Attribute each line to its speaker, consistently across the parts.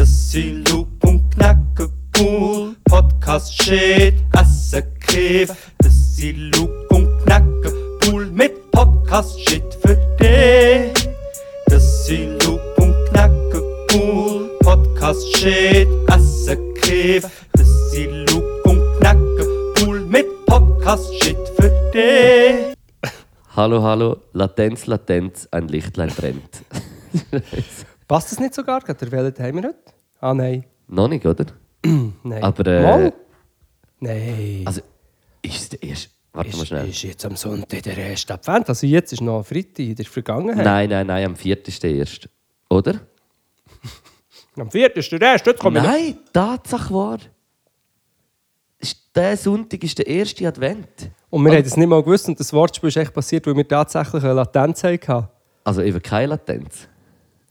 Speaker 1: Bussi, Lup und Knacke cool. Podcast shit, Asse Kiff. Bussi, Lup und Knacke cool. Mit Podcast shit für dich. Bussi, Lup und Knacke cool. Podcast shit, Asse Kiff. Bussi, Lup und Knacke cool. Mit Podcast shit für dich.
Speaker 2: Hallo, hallo, Latenz, Latenz, ein Lichtlein brennt.
Speaker 3: Passt das nicht sogar? gerade? Der Wellet haben wir heute? Ah, nein.
Speaker 2: Noch nicht, oder?
Speaker 3: nein.
Speaker 2: Aber, äh,
Speaker 3: Mal? Nein.
Speaker 2: Also, ist es der erste? Warte mal
Speaker 3: ist,
Speaker 2: schnell.
Speaker 3: ist jetzt am Sonntag der erste Advent. Also jetzt ist noch Freitag in der Vergangenheit.
Speaker 2: Nein, nein, nein, am vierten ist der erste. Oder?
Speaker 3: Am vierten ist der erste. Jetzt komme ich noch-
Speaker 2: Nein, Tatsache war. ist- Der Sonntag ist der erste Advent.
Speaker 3: Und wir haben es nicht mal gewusst. Und das Wortspiel ist echt passiert, weil wir tatsächlich eine Latenz hatten.
Speaker 2: Also eben keine Latenz.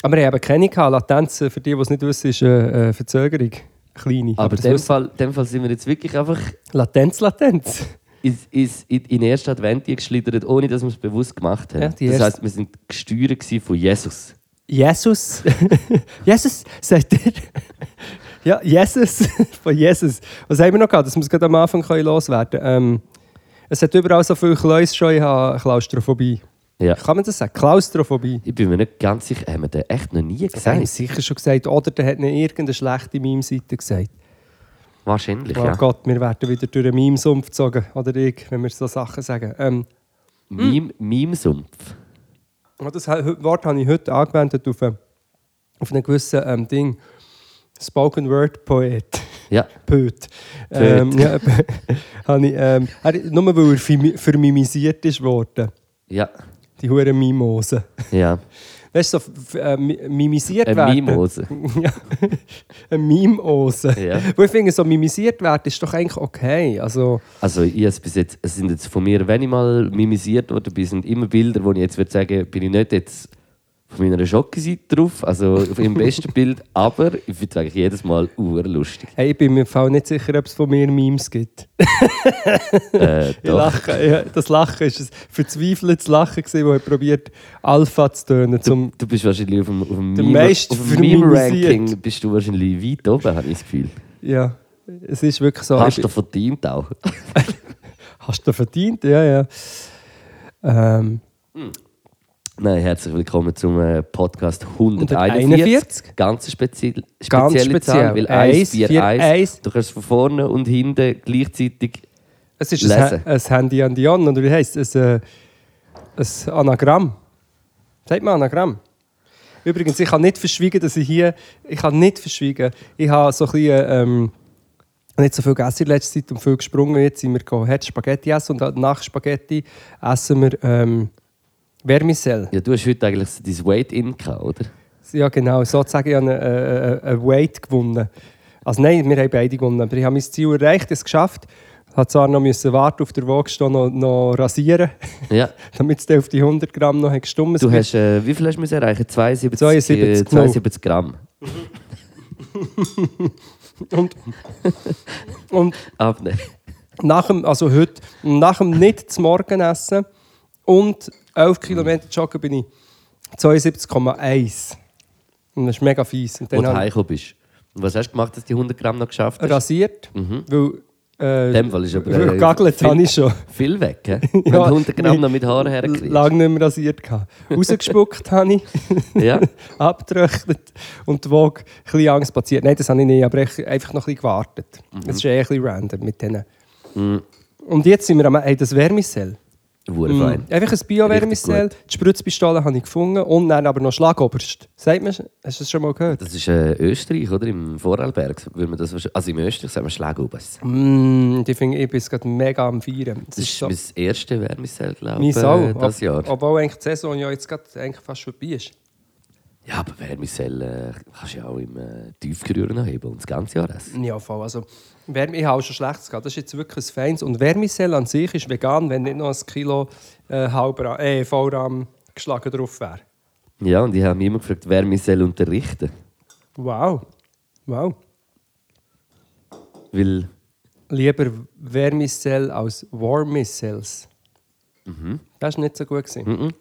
Speaker 3: Aber wir haben eben keine gehabt. Latenz, äh, für die, die es nicht wissen, ist äh, eine Verzögerung. Kleine.
Speaker 2: Aber in
Speaker 3: das
Speaker 2: dem
Speaker 3: wissen-
Speaker 2: Fall, in dem Fall sind wir jetzt wirklich einfach
Speaker 3: Latenz, Latenz.
Speaker 2: ins, ins, in in den ersten Advent geschlittert, ohne dass wir es bewusst gemacht haben.
Speaker 3: Ja, die
Speaker 2: das
Speaker 3: erste-
Speaker 2: heisst, wir sind gesteuert gewesen von Jesus.
Speaker 3: Jesus. Jesus, sagt er. ja, Jesus. Von Jesus. Was haben wir noch gehabt? Das muss gerade am Anfang können loswerden. Ähm, es hat überall so viel Kleus schon, ich habe Klaustrophobie.
Speaker 2: Ja.
Speaker 3: Kann man das sagen? Klaustrophobie.
Speaker 2: Ich bin mir nicht ganz sicher, haben wir den echt noch nie
Speaker 3: Das haben wir
Speaker 2: gesagt?
Speaker 3: sicher schon gesagt. Oder der hat nicht irgendeine schlechte Meme-Seite gesagt.
Speaker 2: Wahrscheinlich,
Speaker 3: Oh
Speaker 2: ja.
Speaker 3: Gott, wir werden wieder durch einen Meme-Sumpf gezogen. Oder ich, wenn wir so Sachen sagen. Ähm, Hm.
Speaker 2: Meme- Meme-Sumpf.
Speaker 3: Und oh, das he- Wort habe ich heute angewendet auf, einen- auf einen gewissen ähm, Ding. Spoken Word Poet.
Speaker 2: Ja.
Speaker 3: Pöt. Ähm, ja, habe ich, ähm, er, nur weil er fimi- vermimisiert ist worden.
Speaker 2: Ja.
Speaker 3: Die huren Mimosen.
Speaker 2: Ja.
Speaker 3: Weißt du, so f- äh, mi- mimisiert
Speaker 2: Eine
Speaker 3: werden.
Speaker 2: Mimose.
Speaker 3: ja. Eine Mimose.
Speaker 2: Ja.
Speaker 3: Wo ich finde, so mimisiert werden ist doch eigentlich okay. Also,
Speaker 2: Also ich hab's bis jetzt, es sind jetzt von mir, wenn ich mal mimisiert worden bin, sind immer Bilder, wo ich jetzt würde sagen, bin ich nicht jetzt von meiner Schocke-Seite drauf, also auf im besten Bild, aber ich finde es eigentlich jedes Mal urlustig.
Speaker 3: hey, ich bin mir im Fall nicht sicher, ob es von mir Memes gibt.
Speaker 2: Äh,
Speaker 3: Ich
Speaker 2: doch.
Speaker 3: lache, ja, das Lachen ist ein verzweifeltes Lachen, gewesen, wo er probiert, Alpha zu tönen. Zum
Speaker 2: Du bist wahrscheinlich auf dem, auf dem
Speaker 3: Der
Speaker 2: Meme-
Speaker 3: meist
Speaker 2: auf dem Meme-Ranking
Speaker 3: vermimisiert.
Speaker 2: bist du wahrscheinlich weit oben, habe ich das Gefühl.
Speaker 3: ja, es ist wirklich so.
Speaker 2: Hast du
Speaker 3: ich bin-
Speaker 2: verdient auch.
Speaker 3: hast du verdient? Ja, ja. Ähm,
Speaker 2: Nein, herzlich willkommen zum äh, Podcast
Speaker 3: 141.
Speaker 2: 141. Ganz spezie spezielle
Speaker 3: Ganz speziell.
Speaker 2: Zahl, weil
Speaker 3: Eins,
Speaker 2: 1,
Speaker 3: vier,
Speaker 2: 4, 1.
Speaker 3: eins.
Speaker 2: Du kannst von vorne und hinten gleichzeitig
Speaker 3: es ist ein,
Speaker 2: Lesen.
Speaker 3: Ha- ein Handy an Dion, oder wie heisst es? Ein, äh, ein Anagramm. Sagt man Anagramm? Übrigens, ich kann nicht verschweigen, dass ich hier. Ich kann nicht verschweigen. Ich habe so ein bisschen. Ähm, nicht so viel gegessen in letzter Zeit und viel gesprungen. Jetzt sind wir gegangen, hart Spaghetti essen und nach Spaghetti essen wir ähm, Vermicelle.
Speaker 2: Ja, du hast heute eigentlich so dein Weight-In gehabt, oder?
Speaker 3: Ja, genau. Sozusagen, ich habe einen, äh, äh, einen Weight gewonnen. Also nein, wir haben beide gewonnen. Aber ich habe mein Ziel erreicht, es geschafft. Ich musste zwar noch müssen warten auf der Waage, stehen, noch, noch rasieren,
Speaker 2: Ja.
Speaker 3: damit es dann auf die 100 Gramm noch gestummt
Speaker 2: Du hast, äh, wie viel hast du müssen erreichen? 72,
Speaker 3: 72,
Speaker 2: äh, 72 Gramm.
Speaker 3: Und, und
Speaker 2: Abnehmen.
Speaker 3: nach dem, also heute, und nach dem nicht zum Morgenessen und 11 Kilometer joggen bin ich 72,1. Und das ist mega fies. Und
Speaker 2: Wo
Speaker 3: dann
Speaker 2: du
Speaker 3: habe ich
Speaker 2: heimgekommen bist. Und was hast du gemacht, dass du die 100 Gramm noch geschafft hast?
Speaker 3: rasiert, weil...
Speaker 2: In
Speaker 3: Äh,
Speaker 2: Mhm. dem Fall ist aber
Speaker 3: weil gegagelt habe ich schon.
Speaker 2: viel weg. hä? Wenn du 100 Gramm noch mit Haaren herkriegst.
Speaker 3: Lange nicht mehr rasiert. gehabt. Rausgespuckt habe ich,
Speaker 2: Ja.
Speaker 3: abgetrocknet und die Waage ein bisschen Angst passiert. Nein, das habe ich nicht, aber ich einfach noch ein bisschen gewartet.
Speaker 2: Mhm.
Speaker 3: Es ist eh ein bisschen random mit denen. Und jetzt sind wir am hey, das Vermicell. Mhm.
Speaker 2: Wurde
Speaker 3: Mm.
Speaker 2: fein.
Speaker 3: Einfach ein Bio-Vermicell. Die Spritzpistole habe ich gefunden und dann aber noch Schlagoberst. Sagt man, hast du das schon mal gehört?
Speaker 2: Das ist äh, Österreich, oder? Im Vorarlberg. Würde man das, wahrscheinlich- also im Österreich sagen wir Schlagobers.
Speaker 3: Mm, die finde ich bin jetzt gerade mega am Feiern.
Speaker 2: Das ist mein erste Wärmesell, glaube
Speaker 3: mein
Speaker 2: ich,
Speaker 3: Sau.
Speaker 2: äh, das Jahr.
Speaker 3: Obwohl eigentlich die Saison ja jetzt gerade eigentlich fast vorbei ist.
Speaker 2: Ja, aber Wärmesell äh, kannst du ja auch im äh, Tiefgerühren anheben und das ganze Jahr essen.
Speaker 3: Ja, voll. Also, Wärme, ich habe auch schon Schlechtes gehabt. Das ist jetzt wirklich ein Feins. Und Vermicell an sich ist vegan, wenn nicht noch ein Kilo äh, halber, äh, Vollrahm geschlagen drauf wäre.
Speaker 2: Ja, und ich habe mich immer gefragt, wer mich soll unterrichten
Speaker 3: Wow. Wow.
Speaker 2: Weil,
Speaker 3: Lieber Vermicell als Warmicells. Das war nicht so gut. Gewesen.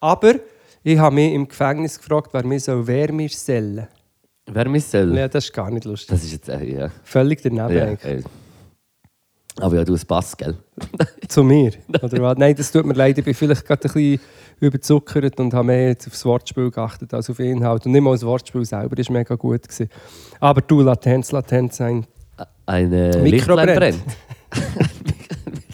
Speaker 3: Aber ich habe mich im Gefängnis gefragt, wer mir so Vermicell
Speaker 2: Wer Missel?
Speaker 3: Ja, das ist gar nicht lustig.
Speaker 2: Das ist jetzt, äh, ja.
Speaker 3: Völlig daneben
Speaker 2: ja äh.
Speaker 3: eigentlich.
Speaker 2: Aber ja, du hast Pass, gell?
Speaker 3: Zu mir. Oder was? Nein, das tut mir leid. Ich bin vielleicht gerade ein bisschen überzuckert und habe mehr jetzt aufs Wortspiel geachtet als auf den Inhalt. Und nicht mal das Wortspiel selber das war mega gut. Gewesen. Aber du, Latenz, Latenz sein.
Speaker 2: Eine
Speaker 3: Mikrobrennt.
Speaker 2: äh, Lichtlein brennt.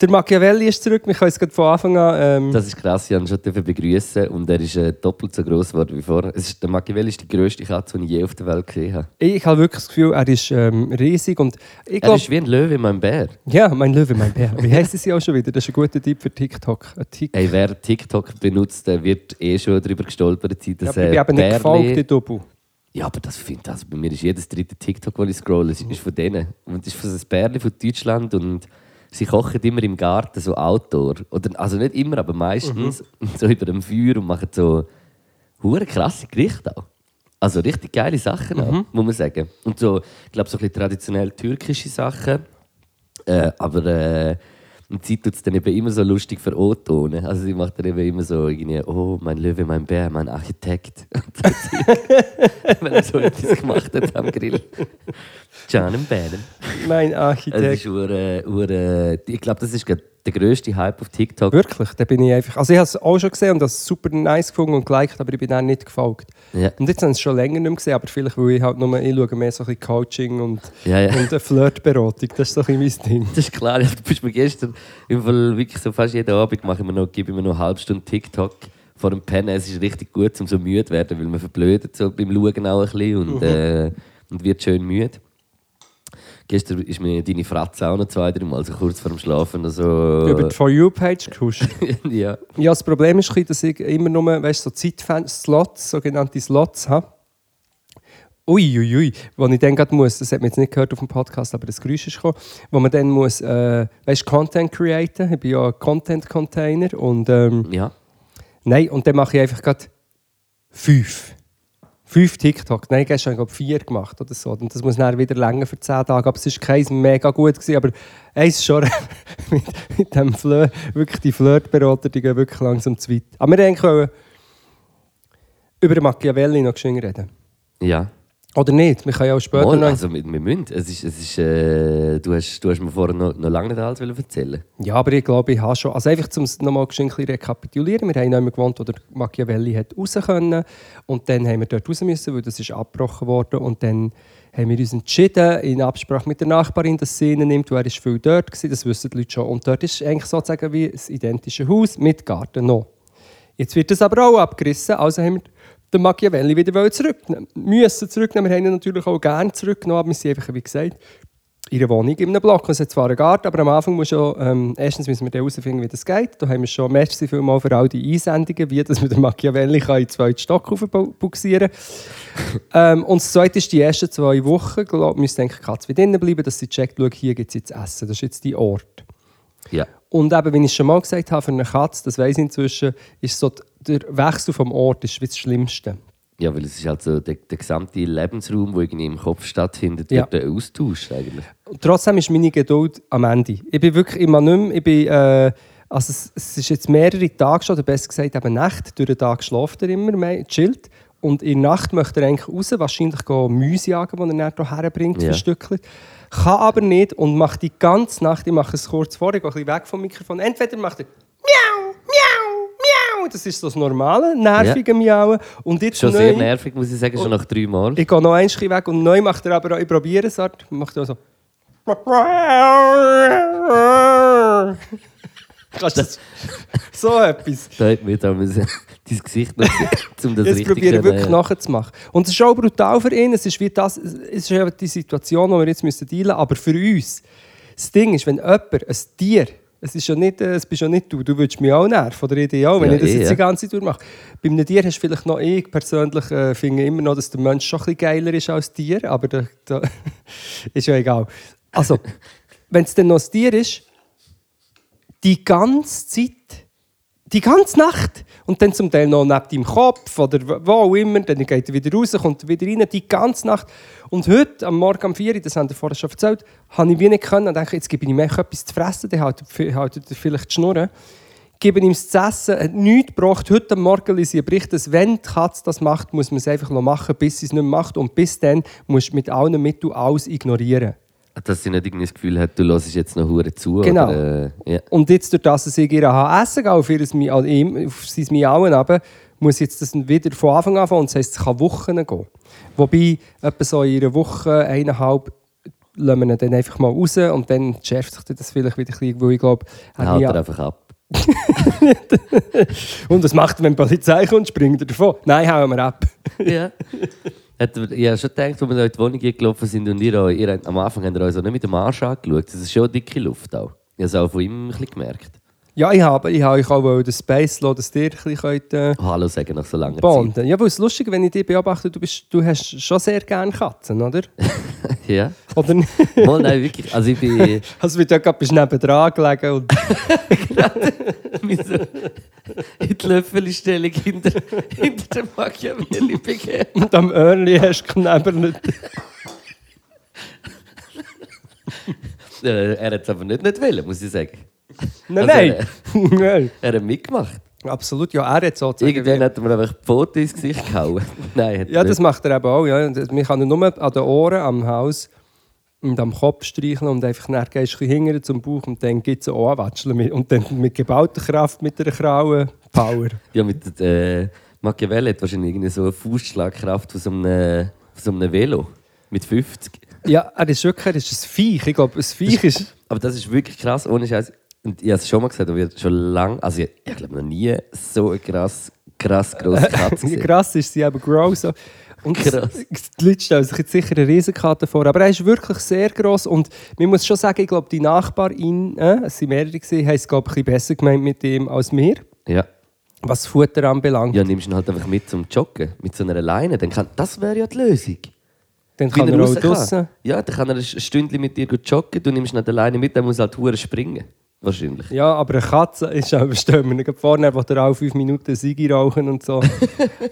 Speaker 3: Der Machiavelli ist zurück. Wir können es gerade von Anfang an. Ähm,
Speaker 2: Das ist krass, ich habe ihn schon begrüßen und er ist äh, doppelt so groß geworden wie vorher. Es ist, der Machiavelli ist die grösste Katze, die ich je auf der Welt gesehen habe.
Speaker 3: ich habe wirklich das Gefühl, er ist ähm, riesig. Und ich
Speaker 2: Er
Speaker 3: glaube,
Speaker 2: ist wie ein Löwe in meinem Bär.
Speaker 3: ja, mein Löwe, mein Bär. Wie heisst es ja auch schon wieder? Das ist ein guter Tipp für TikTok. Ein Tick.
Speaker 2: Ey, wer TikTok benutzt, der wird eh schon darüber gestolpert sein,
Speaker 3: Ja,
Speaker 2: dass
Speaker 3: ich bin
Speaker 2: äh,
Speaker 3: eben nicht
Speaker 2: Bärli-
Speaker 3: gefolgt, die Double.
Speaker 2: Ja, aber das finde ich, also bei mir ist jedes dritte TikTok, das ich scrolle, ist, ist von denen. Und das ist von so einem Bärli von Deutschland und sie kochen immer im Garten, so Outdoor. Oder, also nicht immer, aber meistens so über dem Feuer und machen so hure krasse Gerichte auch. Also richtig geile Sachen auch, muss man sagen. Und so, ich glaube, so ein bisschen traditionell türkische Sachen. Äh, aber äh, und sie tut es dann eben immer so lustig für O-Tonen. Also sie macht dann eben immer so irgendwie, oh, mein Löwe, mein Bär, mein Architekt. Und das- Wenn er so etwas gemacht hat am Grill. Can und Bären.
Speaker 3: Mein
Speaker 2: Es
Speaker 3: Architekt.
Speaker 2: ist ure, ure, ich glaube, das ist grad der grösste Hype auf TikTok.
Speaker 3: Wirklich, da bin ich einfach. Also ich habe es auch schon gesehen und das super nice gefunden und geliked, aber ich bin dann nicht gefolgt.
Speaker 2: Ja,
Speaker 3: Und jetzt haben sie es schon länger nicht mehr gesehen, aber vielleicht, weil ich halt nur, ich schaue mehr so ein bisschen Coaching und,
Speaker 2: ja, ja.
Speaker 3: und eine Flirtberatung. Das ist so ein bisschen mein Ding.
Speaker 2: Das ist klar, ja, du bist mir gestern im Fall wirklich so fast jeden Abend mache ich mir noch, gebe ich mir noch eine halbe Stunde TikTok vor dem Pennen. Es ist richtig gut, um so müde zu werden, weil man verblödet so beim Schauen auch ein bisschen und, äh, und wird schön müde. Gestern ist mir deine Fratze auch noch zwei, drei Mal so kurz vor dem Schlafen noch so...
Speaker 3: Über die For You-Page gehuscht.
Speaker 2: ja.
Speaker 3: ja, das Problem ist, ein bisschen, dass ich immer nur weißt, so Zeitfenster, Slots, sogenannte Slots habe. Uiuiui, ui, wo ich dann gerade muss, das hat man jetzt nicht gehört auf dem Podcast, aber das Geräusch ist gekommen, wo man dann muss, äh, weißt, Content createn, ich bin ja ein Content-Container und ähm,
Speaker 2: ja.
Speaker 3: Nein, und dann mache ich einfach gerade fünf. Fünf TikTok. Nein, gestern habe ich glaub, vier gemacht oder so. Und das muss dann wieder länger für zehn Tage. Aber es war keins mega gut. Gewesen, aber eins schon mit, mit dem Flirt, wirklich die Flirtberater, die gehen wirklich langsam zu weit. Aber wir eigentlich wollen über den Machiavelli noch schön reden.
Speaker 2: Ja.
Speaker 3: Oder nicht? Wir können ja auch später
Speaker 2: Mal,
Speaker 3: noch...
Speaker 2: also wir, wir müssen. Es ist, es ist, äh, du, hast, du hast mir vorher noch, noch lange nicht alles wollen erzählen
Speaker 3: Ja, aber ich glaube, ich habe schon. Also einfach, um es nochmal geschwind ein bisschen rekapitulieren. Wir haben noch immer gewohnt, wo der Machiavelli hat raus können. Und dann haben wir dort raus müssen, weil das ist abgebrochen worden. Und dann haben wir uns entschieden, in Absprache mit der Nachbarin, dass sie ihn nimmt, weil er ist viel dort gewesen, Das wissen die Leute schon. Und dort ist eigentlich sozusagen wie das identische Haus mit Garten noch. Jetzt wird das aber auch abgerissen, also haben wir den Machiavelli wieder wollen zurücknehmen müssen. Zurücknehmen. Wir haben ihn natürlich auch gerne zurückgenommen, aber wir sind einfach, wie gesagt, in einer Wohnung in einem Block. Und Es hat zwar einen Garten, aber am Anfang muss schon, ähm, erstens müssen wir dann herausfinden, wie das geht. Da haben wir schon merci vielmals für all die Einsendungen, wie das mit dem Machiavelli kann in den zweiten Stock raufbuxieren ähm, Und das Zweite ist, die ersten zwei Wochen glaub, müssen eigentlich die Katze wieder drinnen bleiben, dass sie checkt, schau, hier gibt es jetzt Essen. Das ist jetzt die Ort.
Speaker 2: Ja.
Speaker 3: Und eben, wie ich schon mal gesagt habe, für eine Katze, das weiß ich inzwischen, ist so d- der Wechsel vom Ort ist wie das Schlimmste.
Speaker 2: Ja, weil es ist halt so der, der gesamte Lebensraum, der irgendwie im Kopf stattfindet,
Speaker 3: Ja.
Speaker 2: wird dann austauscht eigentlich.
Speaker 3: Und trotzdem ist meine Geduld am Ende. Ich bin wirklich immer nicht mehr, ich bin, äh, also es, es ist jetzt mehrere Tage schon, oder besser gesagt eben Nacht, durch den Tag schläft er immer, mei- chillt. Und in der Nacht möchte er eigentlich raus, wahrscheinlich gehen Mäuse jagen, die er dann hierher bringt,
Speaker 2: Ja.
Speaker 3: verstückelt. Kann aber nicht und macht die ganze Nacht, ich mache es kurz vor, ich gehe ein bisschen weg vom Mikrofon, entweder macht er «Miau, miau, miau», das ist so das normale, nervige Miauen. Und jetzt
Speaker 2: Schon sehr
Speaker 3: neu-
Speaker 2: nervig, muss ich sagen, schon nach drei Mal.
Speaker 3: Oh. ich gehe noch ein Schritt weg und neu macht er aber auch, ich probiere es halt, macht er auch so. Kannst du das? So etwas.
Speaker 2: Da hat mir da müssen, dein Gesicht noch sehen, um das
Speaker 3: Jetzt
Speaker 2: richtig
Speaker 3: probiere ich wirklich
Speaker 2: äh,
Speaker 3: nachzumachen. Und es ist auch brutal für ihn. Es ist wie das, es ist eben die Situation, die wir jetzt müssen dealen müssen. Aber für uns, das Ding ist, wenn jemand, ein Tier, es ist ja nicht, äh, es bist ja nicht du, du würdest mich auch nerven oder ich dich auch, wenn
Speaker 2: Ja,
Speaker 3: ich das
Speaker 2: eh,
Speaker 3: jetzt die
Speaker 2: ja.
Speaker 3: ganze Zeit durchmache. Bei einem Tier hast du vielleicht noch, ich persönlich äh, finde immer noch, dass der Mensch schon ein bisschen geiler ist als Tier, aber da, da ist ja egal. Also, wenn es dann noch ein Tier ist, die ganze Zeit, die ganze Nacht und dann zum Teil noch neben deinem Kopf oder wo- wo auch immer, dann geht er wieder raus, kommt wieder rein, die ganze Nacht. Und heute, am Morgen um 4 Uhr, das haben wir vorher schon erzählt, habe ich wie nicht können und dachte, jetzt gebe ich ihm echt etwas zu fressen, dann haltet, haltet er vielleicht die Schnurren. gebe ihm das zu essen, hat nichts gebracht. Heute Morgen lese ich einen Bericht, dass wenn die Katze das macht, muss man es einfach noch machen, bis sie es nicht mehr macht. Und bis dann musst du mit allen Mitteln alles ignorieren.
Speaker 2: Dass sie nicht irgendwie das Gefühl hat, du hörst jetzt noch Hure zu.
Speaker 3: Genau.
Speaker 2: Oder, äh, ja.
Speaker 3: Und jetzt, durch das dass ich ihr habe essen gehe, auf, ihres, Mi- an ihm, auf sein Miauen eben, muss jetzt das wieder von Anfang an anfangen. Und das heisst, es kann Wochen gehen. Wobei, etwa so in einer Woche, eineinhalb, lassen wir ihn dann einfach mal raus und dann schärft sich das vielleicht wieder ein bisschen, weil ich glaube, er
Speaker 2: Dann
Speaker 3: hat
Speaker 2: haut
Speaker 3: mich
Speaker 2: er einfach ab.
Speaker 3: Und was macht er, wenn die Polizei kommt? Springt er davon? Nein, hauen wir ab.
Speaker 2: Ja. Hat, ich habe schon gedacht, als wir da in die Wohnung gelaufen sind und ihr, auch- ihr habt- am Anfang habt ihr euch so nicht mit dem Arsch angeschaut. Das ist schon dicke Luft auch. Ich habe es auch von ihm ein bisschen gemerkt.
Speaker 3: Ja, ich habe, ich habe euch auch wollen den Space lassen, dass ihr ein bisschen könnt, äh,
Speaker 2: Hallo sagen nach so langer Zeit.
Speaker 3: bonden Ja, weil es lustig wenn ich dich beobachte, du, bist, du hast schon sehr gerne Katzen, oder?
Speaker 2: Ja.
Speaker 3: Oder nicht?
Speaker 2: Mal, nein, wirklich. Also ich bin...
Speaker 3: Also wie du gerade bist nebendran gelegen und
Speaker 2: mit so in die Löffelstellung hinter, hinter dem Machiavelli begeben.
Speaker 3: und am Örli hast geknabbert.
Speaker 2: Äh, Er hat es aber nicht, nicht wollen, muss ich sagen.
Speaker 3: Nein,
Speaker 2: Also,
Speaker 3: nein. nein.
Speaker 2: Er hat mitgemacht.
Speaker 3: äh, Absolut, ja, er hat sozusagen...
Speaker 2: Irgendwann hat er mir einfach die Pfote ins Gesicht gehauen. Nein, hat
Speaker 3: Ja,
Speaker 2: er
Speaker 3: das macht er eben auch. Ja. Und Man kann ihn nur an den Ohren, am Hals und am Kopf streicheln und einfach nachher gehst du ein bisschen hinterher zum Bauch und dann gibt es einen Ohrenwatscheln. mit- Und dann mit gebauter Kraft, mit einer grauen Power.
Speaker 2: nicht. Ja, mit äh, Machiavelli hat wahrscheinlich irgendeine so eine Fußschlagkraft von so einem, von so einem Velo. Mit 50.
Speaker 3: Ja, er ist wirklich er ist ein Viech. Ich glaube, ein Viech ist...
Speaker 2: Aber das ist wirklich krass, ohne Scheiß. Und ich habe es schon mal gesagt, aber ich habe schon lange, also ich, ich glaube noch nie so eine krass, krass grosse Katze
Speaker 3: Wie
Speaker 2: gesehen.
Speaker 3: krass ist sie eben gross. Und
Speaker 2: Krass.
Speaker 3: die Leute stellen sich jetzt sicher eine Riesenkarte vor. Aber er ist wirklich sehr gross. Und man muss schon sagen, ich glaube, die Nachbarin, äh, es waren mehrere, gewesen, haben es glaube ich, ein bisschen besser gemeint mit ihm als wir,
Speaker 2: Ja.
Speaker 3: was Futter anbelangt.
Speaker 2: Ja, nimmst ihn halt einfach mit zum Joggen, mit so einer Leine. Dann kann, das wäre ja die Lösung.
Speaker 3: Dann kann
Speaker 2: Wenn
Speaker 3: er auch
Speaker 2: raus kann.
Speaker 3: draussen.
Speaker 2: Ja, dann kann er ein Stündchen mit dir gut joggen, du nimmst ihn an der Leine mit, dann muss er halt hure springen. Wahrscheinlich.
Speaker 3: Ja, aber eine Katze ist auch bestimmt. Vorne will er auch fünf Minuten Sigi rauchen und so.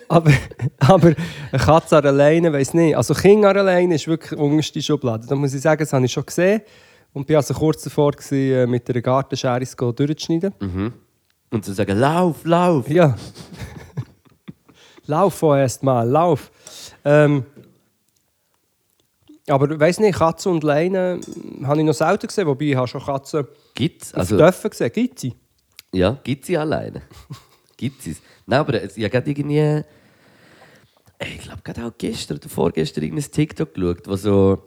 Speaker 3: aber, aber eine Katze an alleine, weiß nicht. Also Kinder alleine ist wirklich die unterste Schublade. Da muss ich sagen, das habe ich schon gesehen. Und bin also kurz davor, gewesen, äh, mit einer Gartenschere es go durchzuschneiden.
Speaker 2: Und zu sagen, lauf, lauf.
Speaker 3: Ja. lauf vorerst mal, lauf. Ähm, aber weiß nicht, Katze und Leine äh, habe ich noch selten gesehen. Wobei ich habe schon Katzen
Speaker 2: Gibt's?
Speaker 3: also,
Speaker 2: Also,
Speaker 3: dürfen gesehen. Gibt sie?
Speaker 2: ja, gibt's sie alleine. gibt's es. Nein, aber es- ich habe gerade irgendwie... Ey, Ich glaube, gerade auch gestern oder vorgestern irgendein TikTok geschaut, wo so...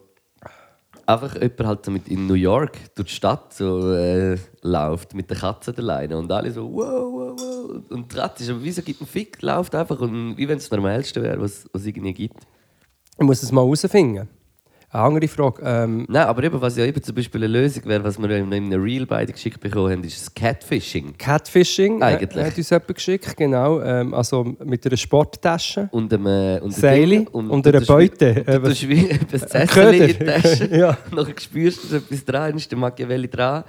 Speaker 2: Einfach jemand halt so mit in New York durch die Stadt so äh, läuft mit der Katze an der Leine und alle so wow, wow, wow. Und die Katze ist aber wieso gibt ein Fick, läuft einfach und wie wenn es das Normalste wäre, was was es irgendwie gibt.
Speaker 3: Ich muss es mal herausfinden. Eine andere Frage. Ähm,
Speaker 2: Nein, aber eben, was ja eben zum Beispiel eine Lösung wäre, was wir in einem Reel beide geschickt bekommen haben, ist das Catfishing.
Speaker 3: Catfishing äh,
Speaker 2: Eigentlich.
Speaker 3: hat uns jemand geschickt, genau. Ähm, also mit einer Sporttasche.
Speaker 2: Und einem äh, und einem
Speaker 3: Seile
Speaker 2: Ding
Speaker 3: und einer
Speaker 2: du tust wie-
Speaker 3: Beute.
Speaker 2: und Du
Speaker 3: Eben.
Speaker 2: tust wie etwas Zettel in die
Speaker 3: Köder.
Speaker 2: Tasche.
Speaker 3: Ja.
Speaker 2: Und dann spürst du, dass etwas dran ist, der Machiavelli dran,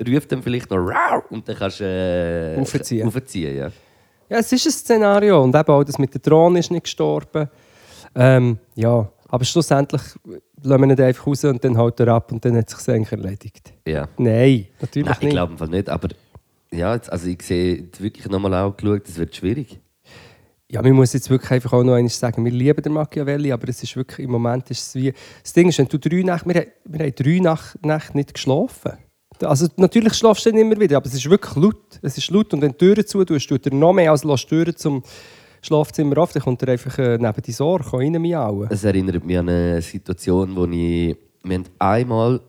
Speaker 2: ruft dann vielleicht noch «Rau!» und dann kannst du... Äh,
Speaker 3: Aufziehen.
Speaker 2: aufziehen, ja.
Speaker 3: Ja, es ist ein Szenario. Und eben auch das mit der Drohne ist nicht gestorben. Ähm, ja, aber schlussendlich lassen wir ihn einfach raus und dann haut er ab und dann hat es sich eigentlich erledigt.
Speaker 2: ja.
Speaker 3: Nein, natürlich
Speaker 2: Nein, ich
Speaker 3: nicht.
Speaker 2: glaube im Fall nicht, aber... Ja, jetzt, also ich sehe jetzt wirklich nochmal auch geschaut, es wird schwierig.
Speaker 3: Ja, man muss jetzt wirklich einfach auch noch eines sagen, wir lieben den Machiavelli, aber es ist wirklich, im Moment ist es wie... Das Ding ist, wenn du drei Nächte... Wir, haben- wir haben drei Nach- Nächte nicht geschlafen. Also natürlich schlafst du dann immer wieder, aber es ist wirklich laut. Es ist laut und wenn du die Türen zutust, tut er noch mehr als lässt die Türen zum Schlafzimmer auf, dann kommt er einfach äh, neben dein Ohr, kann rein miauen.
Speaker 2: Es erinnert mich an eine Situation, wo ich... Wir haben einmal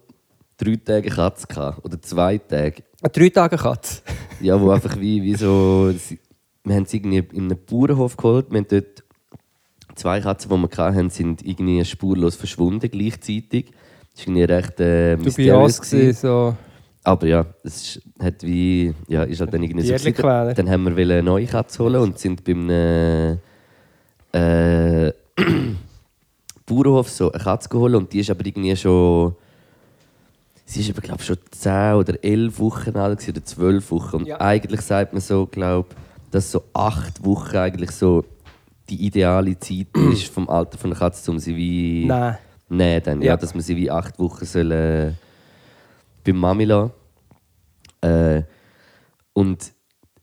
Speaker 2: drei Tage Katze gehabt, oder zwei Tage.
Speaker 3: Eine drei Tage Katze.
Speaker 2: Ja, wo einfach wie, wie so... sie- Wir haben sie irgendwie in einem Bauernhof geholt. Wir haben dort zwei Katzen, die wir hatten, sind irgendwie spurlos verschwunden gleichzeitig. Das war irgendwie recht äh,
Speaker 3: Du bist aus,
Speaker 2: mysteriös.
Speaker 3: gewesen,
Speaker 2: gewesen.
Speaker 3: so...
Speaker 2: Aber ja, es ist, hat wie... Ja, ist halt dann irgendwie
Speaker 3: Die
Speaker 2: so
Speaker 3: Erdli
Speaker 2: gewesen.
Speaker 3: quälen.
Speaker 2: Dann haben wir wollen eine neue Katze holen und sind beim äh, äh, Bauernhof so eine Katze geholt und die ist aber irgendwie schon... Sie ist aber, glaube schon 10 oder 11 Wochen alt gewesen, oder 12 Wochen. Und
Speaker 3: Ja.
Speaker 2: eigentlich sagt man so, glaube dass so 8 Wochen eigentlich so die ideale Zeit ist vom Alter von der Katze, um sie wie...
Speaker 3: Nein.
Speaker 2: Nein, dann, ja.
Speaker 3: Ja.
Speaker 2: dass man sie wie 8 Wochen soll, äh, beim Mami lassen äh, Und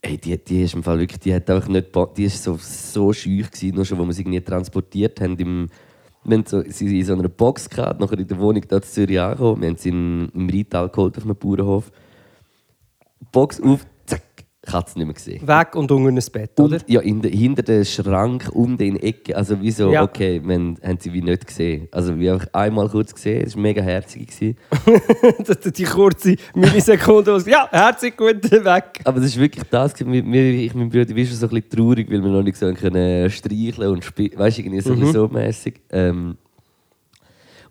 Speaker 2: Ey, die, die ist im Fall wirklich, die hat auch nicht, bo- die ist so, so schüch gewesen, nur schon, wo wir sie irgendwie transportiert haben im, wir haben so, sie sind in so einer Box gehabt, nachher in der Wohnung da in Zürich angekommen, wir haben sie in, im Rital geholt auf einem Bauernhof. Box auf, zack, Katze nicht mehr gesehen.
Speaker 3: Weg und unter ein Bett, oder?
Speaker 2: Und, ja, in der, hinter dem Schrank, um den Ecke, also wie so,
Speaker 3: Ja.
Speaker 2: okay, wir haben, haben sie wie nicht gesehen. Also wir haben einfach einmal kurz gesehen, es war mega herzig. Gewesen.
Speaker 3: Das- das- die kurze Millisekunde, wo es- ja, herzlich gut weg.
Speaker 2: Aber es ist wirklich das, gewesen. wir, wir- ich mit meinem Bruder, wir waren schon so ein bisschen traurig, weil wir noch nicht so haben können äh, streicheln und spielen, weißt du, irgendwie so, ein bisschen so mäßig. Ähm,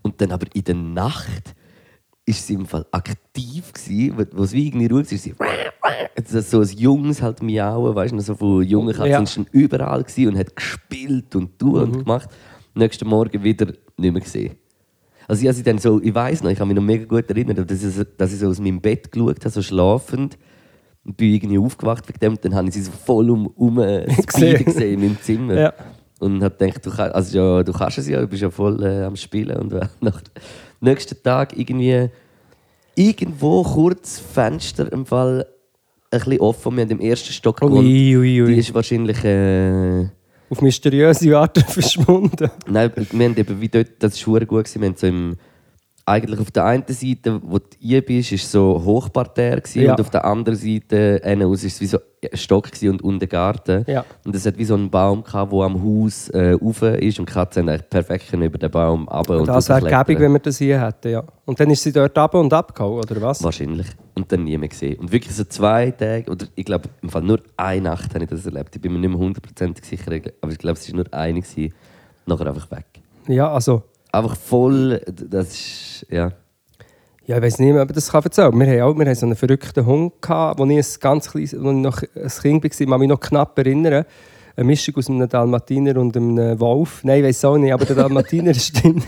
Speaker 2: und dann aber in der Nacht ist sie im Fall aktiv gewesen, wo- wo es wie irgendwie ruhig war, sie Jetzt das so ein junges halt miauen, weißt du, noch so von jungen Katzen
Speaker 3: Ja.
Speaker 2: ist schon überall gewesen und hat gespielt und du und gemacht. Nächsten Morgen wieder nicht mehr gesehen. Also ich, habe sie dann so, ich weiß noch, ich kann mich noch mega gut erinnern, aber dass ich, so- dass ich so aus meinem Bett geschaut habe, so schlafend, und bin irgendwie aufgewacht wegen dem, und dann habe ich sie so voll um, um
Speaker 3: Gesehen.
Speaker 2: gesehen. gesehen in meinem Zimmer.
Speaker 3: Ja.
Speaker 2: Und habe gedacht, du, kann, also ja, du kannst es ja, du bist ja voll äh, am Spielen. Und äh, nach, nächsten Tag irgendwie irgendwo kurz Fenster im Fall ein bisschen offen. Wir haben im ersten Stock gewohnt.
Speaker 3: Ui, ui,
Speaker 2: Die
Speaker 3: ui.
Speaker 2: ist wahrscheinlich... Äh,
Speaker 3: Auf mysteriöse Art verschwunden.
Speaker 2: Nein, wir haben eben wie dort, das ist hure gut gewesen. Wir haben so im, eigentlich auf der einen Seite, wo du hier bist, ist so Hochparterre gewesen,
Speaker 3: Ja.
Speaker 2: und auf der anderen Seite hinten aus ist es wie so ein Stock gewesen und unten Garten.
Speaker 3: Ja.
Speaker 2: Und es hat wie so einen Baum gehabt, der am Haus äh, rauf ist und die Katzen haben eigentlich perfekt können über den Baum ab und
Speaker 3: Oh, Das wäre
Speaker 2: rausklettern.
Speaker 3: gäbig, wenn wir das hier hätten, ja. Und dann ist sie dort ab und abgehauen, oder was?
Speaker 2: Wahrscheinlich. Und dann nie mehr gesehen. Und wirklich so zwei Tage, oder ich glaube, im Fall nur eine Nacht habe ich das erlebt. Ich bin mir nicht mehr hundertprozentig sicher, aber ich glaube, es war nur eine. Gewesen. Nachher einfach weg.
Speaker 3: Ja, also,
Speaker 2: einfach voll. Das ist. Ja.
Speaker 3: ja, ich weiß nicht mehr, ob ich das kann erzählen kann. Wir haben auch wir haben so einen verrückten Hund, gehabt, wo ich ein ganz kleines, wo ich noch ein Kind war, ich kann mich noch knapp erinnern. Eine Mischung aus einem Dalmatiner und einem Wolf. Nein, ich weiß auch nicht, aber der Dalmatiner ist drin.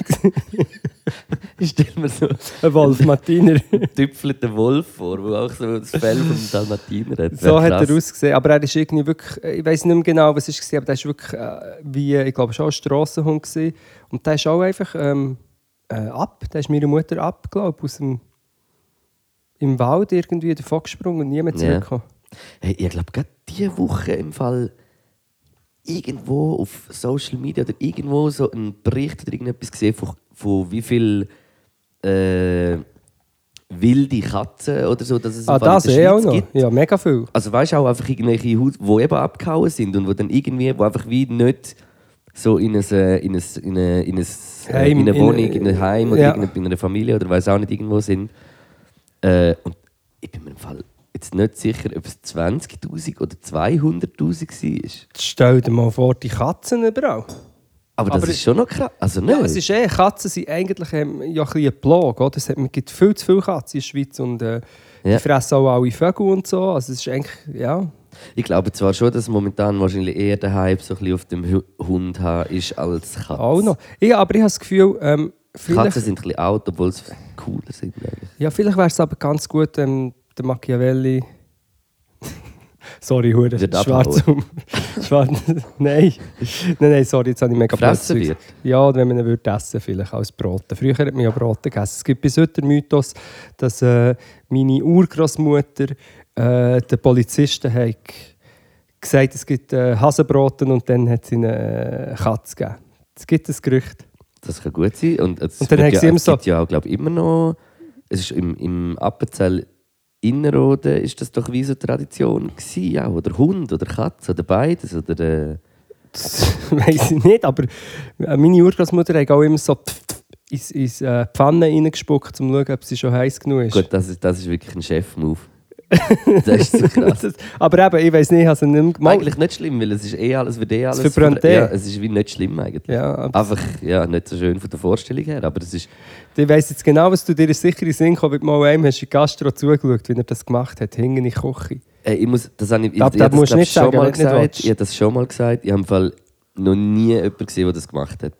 Speaker 2: Ich stelle mir so
Speaker 3: Ein Wolf-Matiner.
Speaker 2: einen tüpfelnden Wolf vor, der auch so das Fell vom Dalmatiner hat.
Speaker 3: So
Speaker 2: Wär
Speaker 3: hat er
Speaker 2: krass.
Speaker 3: ausgesehen. Aber er ist irgendwie wirklich, ich weiß nicht mehr genau, was es war, aber der war wirklich äh, wie, ich glaube, schon ein Strassenhund. Gewesen. Und der ist auch einfach ähm, äh, ab. Der ist meiner Mutter ab, glaube ich, aus dem im Wald irgendwie davon gesprungen und nie mehr
Speaker 2: Ja.
Speaker 3: zurückgekommen.
Speaker 2: Hey, ich glaube, gerade diese Woche im Fall irgendwo auf Social Media oder irgendwo so einen Bericht oder irgendetwas gesehen, von, von wie viel. Äh, wilde Katzen oder so, dass es im
Speaker 3: Ah,
Speaker 2: Fall in
Speaker 3: das
Speaker 2: der
Speaker 3: eh auch
Speaker 2: Schweiz
Speaker 3: noch.
Speaker 2: gibt.
Speaker 3: Ja, mega viel.
Speaker 2: Also weißt du auch einfach irgendwelche Haus, die eben abgehauen sind und wo dann irgendwie, wo einfach wie nicht so in ein, äh, in ein, in ein, in ein
Speaker 3: Heim,
Speaker 2: äh, in eine
Speaker 3: in-
Speaker 2: Wohnung, in ein Heim
Speaker 3: ja.
Speaker 2: oder ja. in einer Familie oder weiß auch nicht irgendwo sind. Äh, und ich bin mir im Fall jetzt nicht sicher, ob es 20.000 oder 200.000 war.
Speaker 3: Stell dir mal vor, die Katzen überall.
Speaker 2: Aber das
Speaker 3: Aber
Speaker 2: ist schon noch krass. Also nein.
Speaker 3: Ja, es ist eh, Katzen sind eigentlich ähm, ja ein bisschen eine Plage. Oder? Es hat- man gibt viel zu viele Katzen in der Schweiz und äh,
Speaker 2: Ja.
Speaker 3: die fressen auch alle Vögel und so. Also es ist eigentlich, ja...
Speaker 2: ich glaube zwar schon, dass momentan wahrscheinlich eher der Hype so ein bisschen auf dem Hu- Hund haben ist als Katze.
Speaker 3: Auch noch. Ich, aber ich habe das Gefühl, ähm, vielleicht,
Speaker 2: Katzen sind ein bisschen alt, obwohl sie cooler sind. Eigentlich.
Speaker 3: ja, vielleicht wäre es aber ganz gut, ähm, der Machiavelli. sorry, Hure.
Speaker 2: Wird
Speaker 3: Schwarz um. Schwarz. nein. nein, nein, sorry, jetzt habe ich mega
Speaker 2: Gefressen
Speaker 3: plötzlich-
Speaker 2: wird?
Speaker 3: Ja, und wenn man ihn würde essen, vielleicht als Brote. Früher hat man ja Brote gegessen. Es gibt bis heute den Mythos, dass äh, meine Urgroßmutter äh, den Polizisten hat gesagt es gibt äh, Hasenbroten und dann hat sie eine äh, Katze gegeben. Es gibt ein Gerücht.
Speaker 2: Das kann gut sein. Und, es
Speaker 3: Und dann
Speaker 2: wird
Speaker 3: haben
Speaker 2: ja,
Speaker 3: sie immer
Speaker 2: es
Speaker 3: so-
Speaker 2: gibt ja auch, glaube immer noch. Es ist im, im Appenzell Innerrhoden ist das doch wie so Tradition gewesen, auch. Oder Hund oder Katze oder beides. Oder, äh,
Speaker 3: weiß ich nicht, aber äh, meine Urgroßmutter hat auch immer so pf- pf- ins, ins äh, Pfanne reingespuckt, um zu schauen, ob sie schon heiß genug ist.
Speaker 2: gut, das ist, das ist wirklich ein Chef-Move. das ist so krass.
Speaker 3: Das, aber eben, ich weiß nicht, ich habe sie nicht mehr gemacht.
Speaker 2: eigentlich nicht schlimm, weil es ist eh alles, wird eh alles.
Speaker 3: verbrennt
Speaker 2: verbr-
Speaker 3: eh.
Speaker 2: Ja, es ist wie nicht schlimm eigentlich.
Speaker 3: Ja, aber
Speaker 2: Einfach ja, nicht so schön von der Vorstellung her, aber es ist.
Speaker 3: ich weiss jetzt genau, was du dir ist sicher in den Sinn gekommen, weil du mal einem hast du in Gastro zugeschaut, wie er das gemacht hat, hinten in die Küche.
Speaker 2: Ey, Äh, ich muss, das habe ich, ich,
Speaker 3: Glaub,
Speaker 2: ich
Speaker 3: das
Speaker 2: habe das,
Speaker 3: musst du
Speaker 2: glaub,
Speaker 3: nicht
Speaker 2: schon
Speaker 3: sagen,
Speaker 2: mal
Speaker 3: wenn du nicht
Speaker 2: gesagt.
Speaker 3: willst.
Speaker 2: Ich habe das schon mal gesagt. Ich habe im Fall noch nie jemanden gesehen, der das gemacht hat.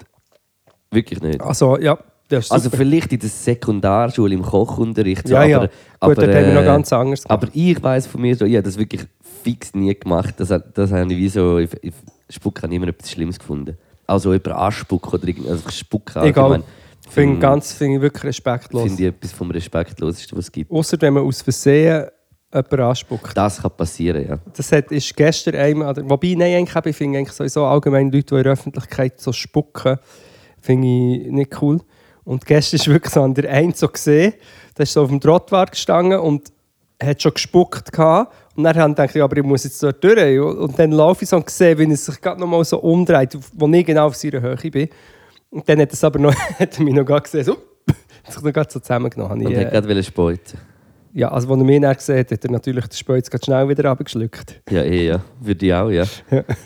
Speaker 2: Wirklich nicht.
Speaker 3: Also, ja, das ist
Speaker 2: Also
Speaker 3: super.
Speaker 2: vielleicht in der Sekundarschule im Kochunterricht. so,
Speaker 3: Ja, ja.
Speaker 2: Aber,
Speaker 3: Gut, dort haben wir noch
Speaker 2: äh,
Speaker 3: ganz anders gemacht.
Speaker 2: Aber ich weiß von mir so, ich habe das wirklich fix nie gemacht. Das, hat- das habe ich wie so, ich, ich Spuck habe ich immer etwas Schlimmes gefunden. Also jemand anspucken oder irgend- also Spuck
Speaker 3: Egal.
Speaker 2: allgemein.
Speaker 3: Finde ganz, finde ich wirklich respektlos.
Speaker 2: Finde ich etwas vom Respektlosesten, was es gibt.
Speaker 3: Außer wenn man aus Versehen jemand anspuckt.
Speaker 2: Das kann passieren, ja.
Speaker 3: Das hat, ist gestern einmal, oder- wobei, nein, eigentlich, eben, ich finde eigentlich sowieso allgemein Leute, die in der Öffentlichkeit so spucken, finde ich nicht cool. Und gestern ist wirklich so an der einen so gesehen, der ist so auf dem Trottoir gestanden und hat schon gespuckt gehabt. Und dann haben ich gedacht, ja, aber ich muss jetzt dort durch. Und dann laufe ich so und sehe, wie er sich gerade nochmal so umdreht, auf- wo ich genau auf seiner Höhe bin. Und dann hat er es aber noch, hat er mich noch gerade gesehen, so, hat sich noch gerade so zusammengenommen.
Speaker 2: Und
Speaker 3: Habe ich,
Speaker 2: yeah.
Speaker 3: äh,
Speaker 2: gerade wollte spalten.
Speaker 3: ja, also, als er mich dann gesehen hat, hat er natürlich den Speiz gerade schnell wieder abgeschluckt.
Speaker 2: Ja, eh, ja. Würde ich auch, ja.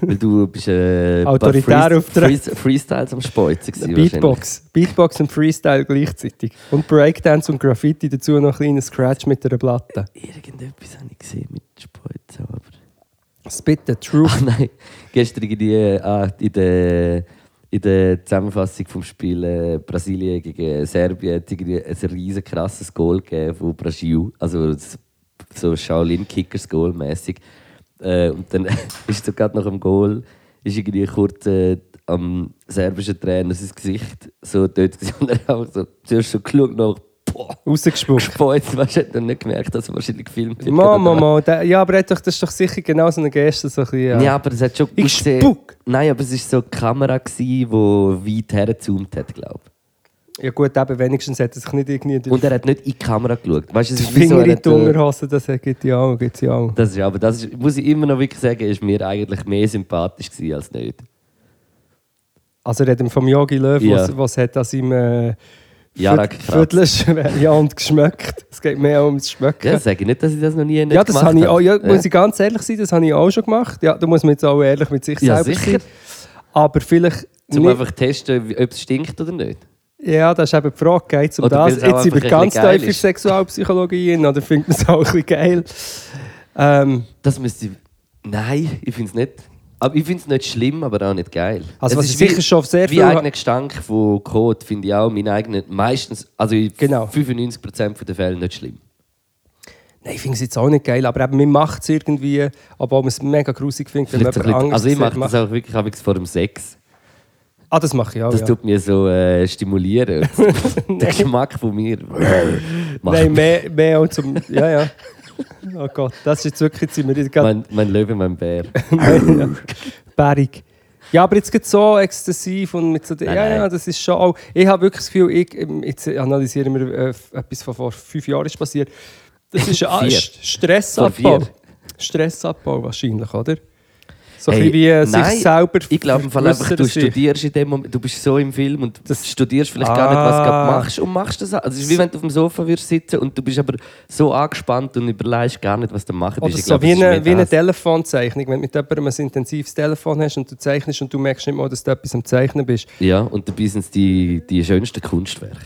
Speaker 2: Weil du bist äh, ein paar
Speaker 3: Autoritär
Speaker 2: Freest-
Speaker 3: auftreten.
Speaker 2: Freest- Freestyles am Spalten gewesen, wahrscheinlich.
Speaker 3: Beatbox. Beatbox und Freestyle gleichzeitig. Und Breakdance und Graffiti dazu noch ein kleiner Scratch mit einer Platte.
Speaker 2: Irgendetwas habe ich gesehen mit Spalten, aber...
Speaker 3: Spit the truth.
Speaker 2: Ach Ah, nein, gestern in, die, ah, in, der, in der Zusammenfassung vom Spiel äh, Brasilien gegen Serbien hat es irgendwie ein riesen krasses Goal gegeben von Brasil. Also das- so Shaolin-Kickers-Goal mäßig. Äh, und dann ist so gerade nach dem Goal ist irgendwie kurz äh, am serbischen Trainer sein Gesicht so dort gewesen. und er hat einfach so zuerst so geschaut nach boah,
Speaker 3: Rausgespuckt.
Speaker 2: gespeut. Weißt du, hat dann nicht gemerkt, dass er wahrscheinlich gefilmt wird.
Speaker 3: Mo, mo, mo. Der- Ja, aber er hat doch, das ist doch sicher genau so eine Geste. So ein bisschen,
Speaker 2: Ja.
Speaker 3: ja.
Speaker 2: aber es hat schon
Speaker 3: Ich
Speaker 2: ausgesehen-
Speaker 3: spuck.
Speaker 2: Nein, aber es war so eine Kamera, die weit hergezoomt hat, glaube ich.
Speaker 3: ja, gut, eben wenigstens hat er sich nicht irgendwie durch
Speaker 2: Und er hat nicht in die Kamera geschaut. Weißt, du, es
Speaker 3: die
Speaker 2: ist wie so,
Speaker 3: Finger
Speaker 2: er
Speaker 3: in
Speaker 2: hat,
Speaker 3: die
Speaker 2: äh,
Speaker 3: Unterhose. Das gibt ja auch. Gibt's ja auch.
Speaker 2: Das ist, aber das ist, muss ich immer noch wirklich sagen, ist mir eigentlich mehr sympathisch gewesen als nicht.
Speaker 3: Also, er hat ihm vom Yogi Löw,
Speaker 2: Ja.
Speaker 3: was, was hat an seinem äh,
Speaker 2: Jarak
Speaker 3: Viertel-
Speaker 2: gekratzt.
Speaker 3: Viertelschwer- ja, und geschmeckt. Es geht mehr ums Schmecken.
Speaker 2: Ja, das sage ich nicht, dass ich das noch nie nicht
Speaker 3: Ja, das
Speaker 2: gemacht
Speaker 3: habe ich auch, ja,
Speaker 2: Ja.
Speaker 3: muss ich ganz ehrlich sein, das habe ich auch schon gemacht. Ja, da muss man jetzt auch ehrlich mit sich
Speaker 2: Ja,
Speaker 3: selber
Speaker 2: sicher.
Speaker 3: sein. Aber vielleicht
Speaker 2: Zum
Speaker 3: nicht.
Speaker 2: einfach testen, wie- ob es stinkt oder nicht.
Speaker 3: Ja, das ist eben die Frage, geht es um
Speaker 2: Oder weil
Speaker 3: das?
Speaker 2: es auch
Speaker 3: Jetzt sind wir
Speaker 2: einfach ein
Speaker 3: ganz
Speaker 2: bisschen
Speaker 3: tief
Speaker 2: geil
Speaker 3: in
Speaker 2: ist.
Speaker 3: Sexualpsychologie rein, oder findet man es auch ein bisschen geil? Ähm,
Speaker 2: Das müsste ich... Nein, ich finde es nicht... Aber ich finde es nicht schlimm, aber auch nicht geil.
Speaker 3: Also
Speaker 2: es
Speaker 3: was ich sicher
Speaker 2: wie-
Speaker 3: schon sehr
Speaker 2: Wie
Speaker 3: viel-
Speaker 2: eigener Gestank von Kot finde ich auch meinen eigenen... Meistens, also in
Speaker 3: Genau.
Speaker 2: 95% der Fälle nicht schlimm.
Speaker 3: nein, ich finde es jetzt auch nicht geil, aber eben, man macht es irgendwie, obwohl man es mega grusig findet, wenn man
Speaker 2: Vielleicht so ein bisschen,
Speaker 3: jemand anderes
Speaker 2: also ich
Speaker 3: sieht,
Speaker 2: mache das auch wirklich abends vor dem Sex.
Speaker 3: Ah, das mache ich auch,
Speaker 2: Das
Speaker 3: ja.
Speaker 2: tut mir so äh, stimulieren. Der Geschmack von mir. Macht-
Speaker 3: Nein, mehr, mehr auch zum... Ja, ja. Oh Gott, das ist jetzt wirklich... Jetzt sind wir gerade
Speaker 2: mein, mein Löwe, mein Bär.
Speaker 3: Ja. Bärig. Ja, aber jetzt geht so exzessiv und mit so.
Speaker 2: Nein,
Speaker 3: ja,
Speaker 2: nein.
Speaker 3: ja, das ist schon auch. Ich habe wirklich das Gefühl, ich, ähm, jetzt analysieren wir äh, f- etwas, was vor fünf Jahren ist passiert. Das ist ein
Speaker 2: Vier.
Speaker 3: St- Stressabbau.
Speaker 2: Vor vier.
Speaker 3: Stressabbau wahrscheinlich, oder? So
Speaker 2: Hey,
Speaker 3: ein bisschen wie äh, sich
Speaker 2: nein,
Speaker 3: selber.
Speaker 2: Ich glaube im Fall einfach, du
Speaker 3: vergrößern sich.
Speaker 2: studierst in dem Moment, du bist so im Film und
Speaker 3: Das-
Speaker 2: studierst vielleicht gar nicht, was du gerade
Speaker 3: Ah.
Speaker 2: machst und machst das. auch. Also es ist wie wenn du auf dem Sofa würdest sitzen und du bist aber so angespannt und überlegst gar nicht, was du machen
Speaker 3: Oder
Speaker 2: bist. Ich
Speaker 3: so
Speaker 2: glaub,
Speaker 3: wie
Speaker 2: es ist
Speaker 3: eine,
Speaker 2: mehr
Speaker 3: wie eine
Speaker 2: das.
Speaker 3: Telefonzeichnung. Wenn du mit jemandem ein intensives Telefon hast und du zeichnest und du merkst nicht mal, dass du etwas am Zeichnen bist.
Speaker 2: Ja, und dabei sind es die, die schönsten Kunstwerke.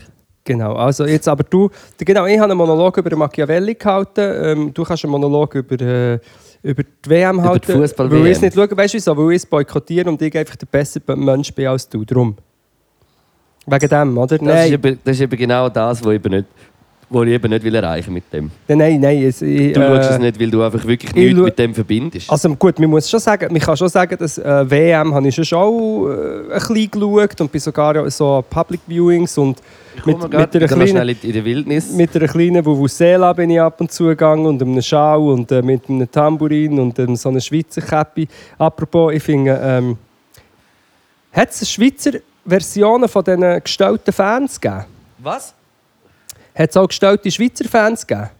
Speaker 3: Genau, also jetzt aber du, genau, ich habe einen Monolog über den Machiavelli gehalten, ähm, du kannst einen Monolog über, äh, über die WM
Speaker 2: die
Speaker 3: halten,
Speaker 2: Fußball-
Speaker 3: weil ich es
Speaker 2: WM.
Speaker 3: nicht schaue, weißt du wieso, weil ich es boykottiere und ich einfach der bessere Mensch bin als du, drum. Wegen dem, oder?
Speaker 2: Das, ist
Speaker 3: Nein,
Speaker 2: eben, das ist eben genau das, was ich eben nicht, was ich eben nicht will erreichen mit dem.
Speaker 3: nein, nein, nein, es, ich,
Speaker 2: Du
Speaker 3: äh,
Speaker 2: schaust es nicht, weil du einfach wirklich
Speaker 3: ich
Speaker 2: nichts
Speaker 3: schau-
Speaker 2: mit dem verbindest.
Speaker 3: Also gut, man muss schon sagen, man kann schon sagen, dass äh, WM habe ich schon auch äh, ein bisschen geschaut und bin sogar so an Public Viewings und mit,
Speaker 2: Komm,
Speaker 3: mit
Speaker 2: wir gehen-
Speaker 3: einer
Speaker 2: wir gehen noch
Speaker 3: kleinen
Speaker 2: schnell in die in die Wildnis.
Speaker 3: Mit einer kleinen Vuvuzela bin ich ab und zu gegangen und einem Schau und äh, mit einem Tambourin und ähm, so einer Schweizer Käppi. Apropos, ich finde, ähm, hat es Schweizer Versionen von diesen gestellten Fans gegeben?
Speaker 2: Was?
Speaker 3: Hat es auch gestellte Schweizer Fans gegeben?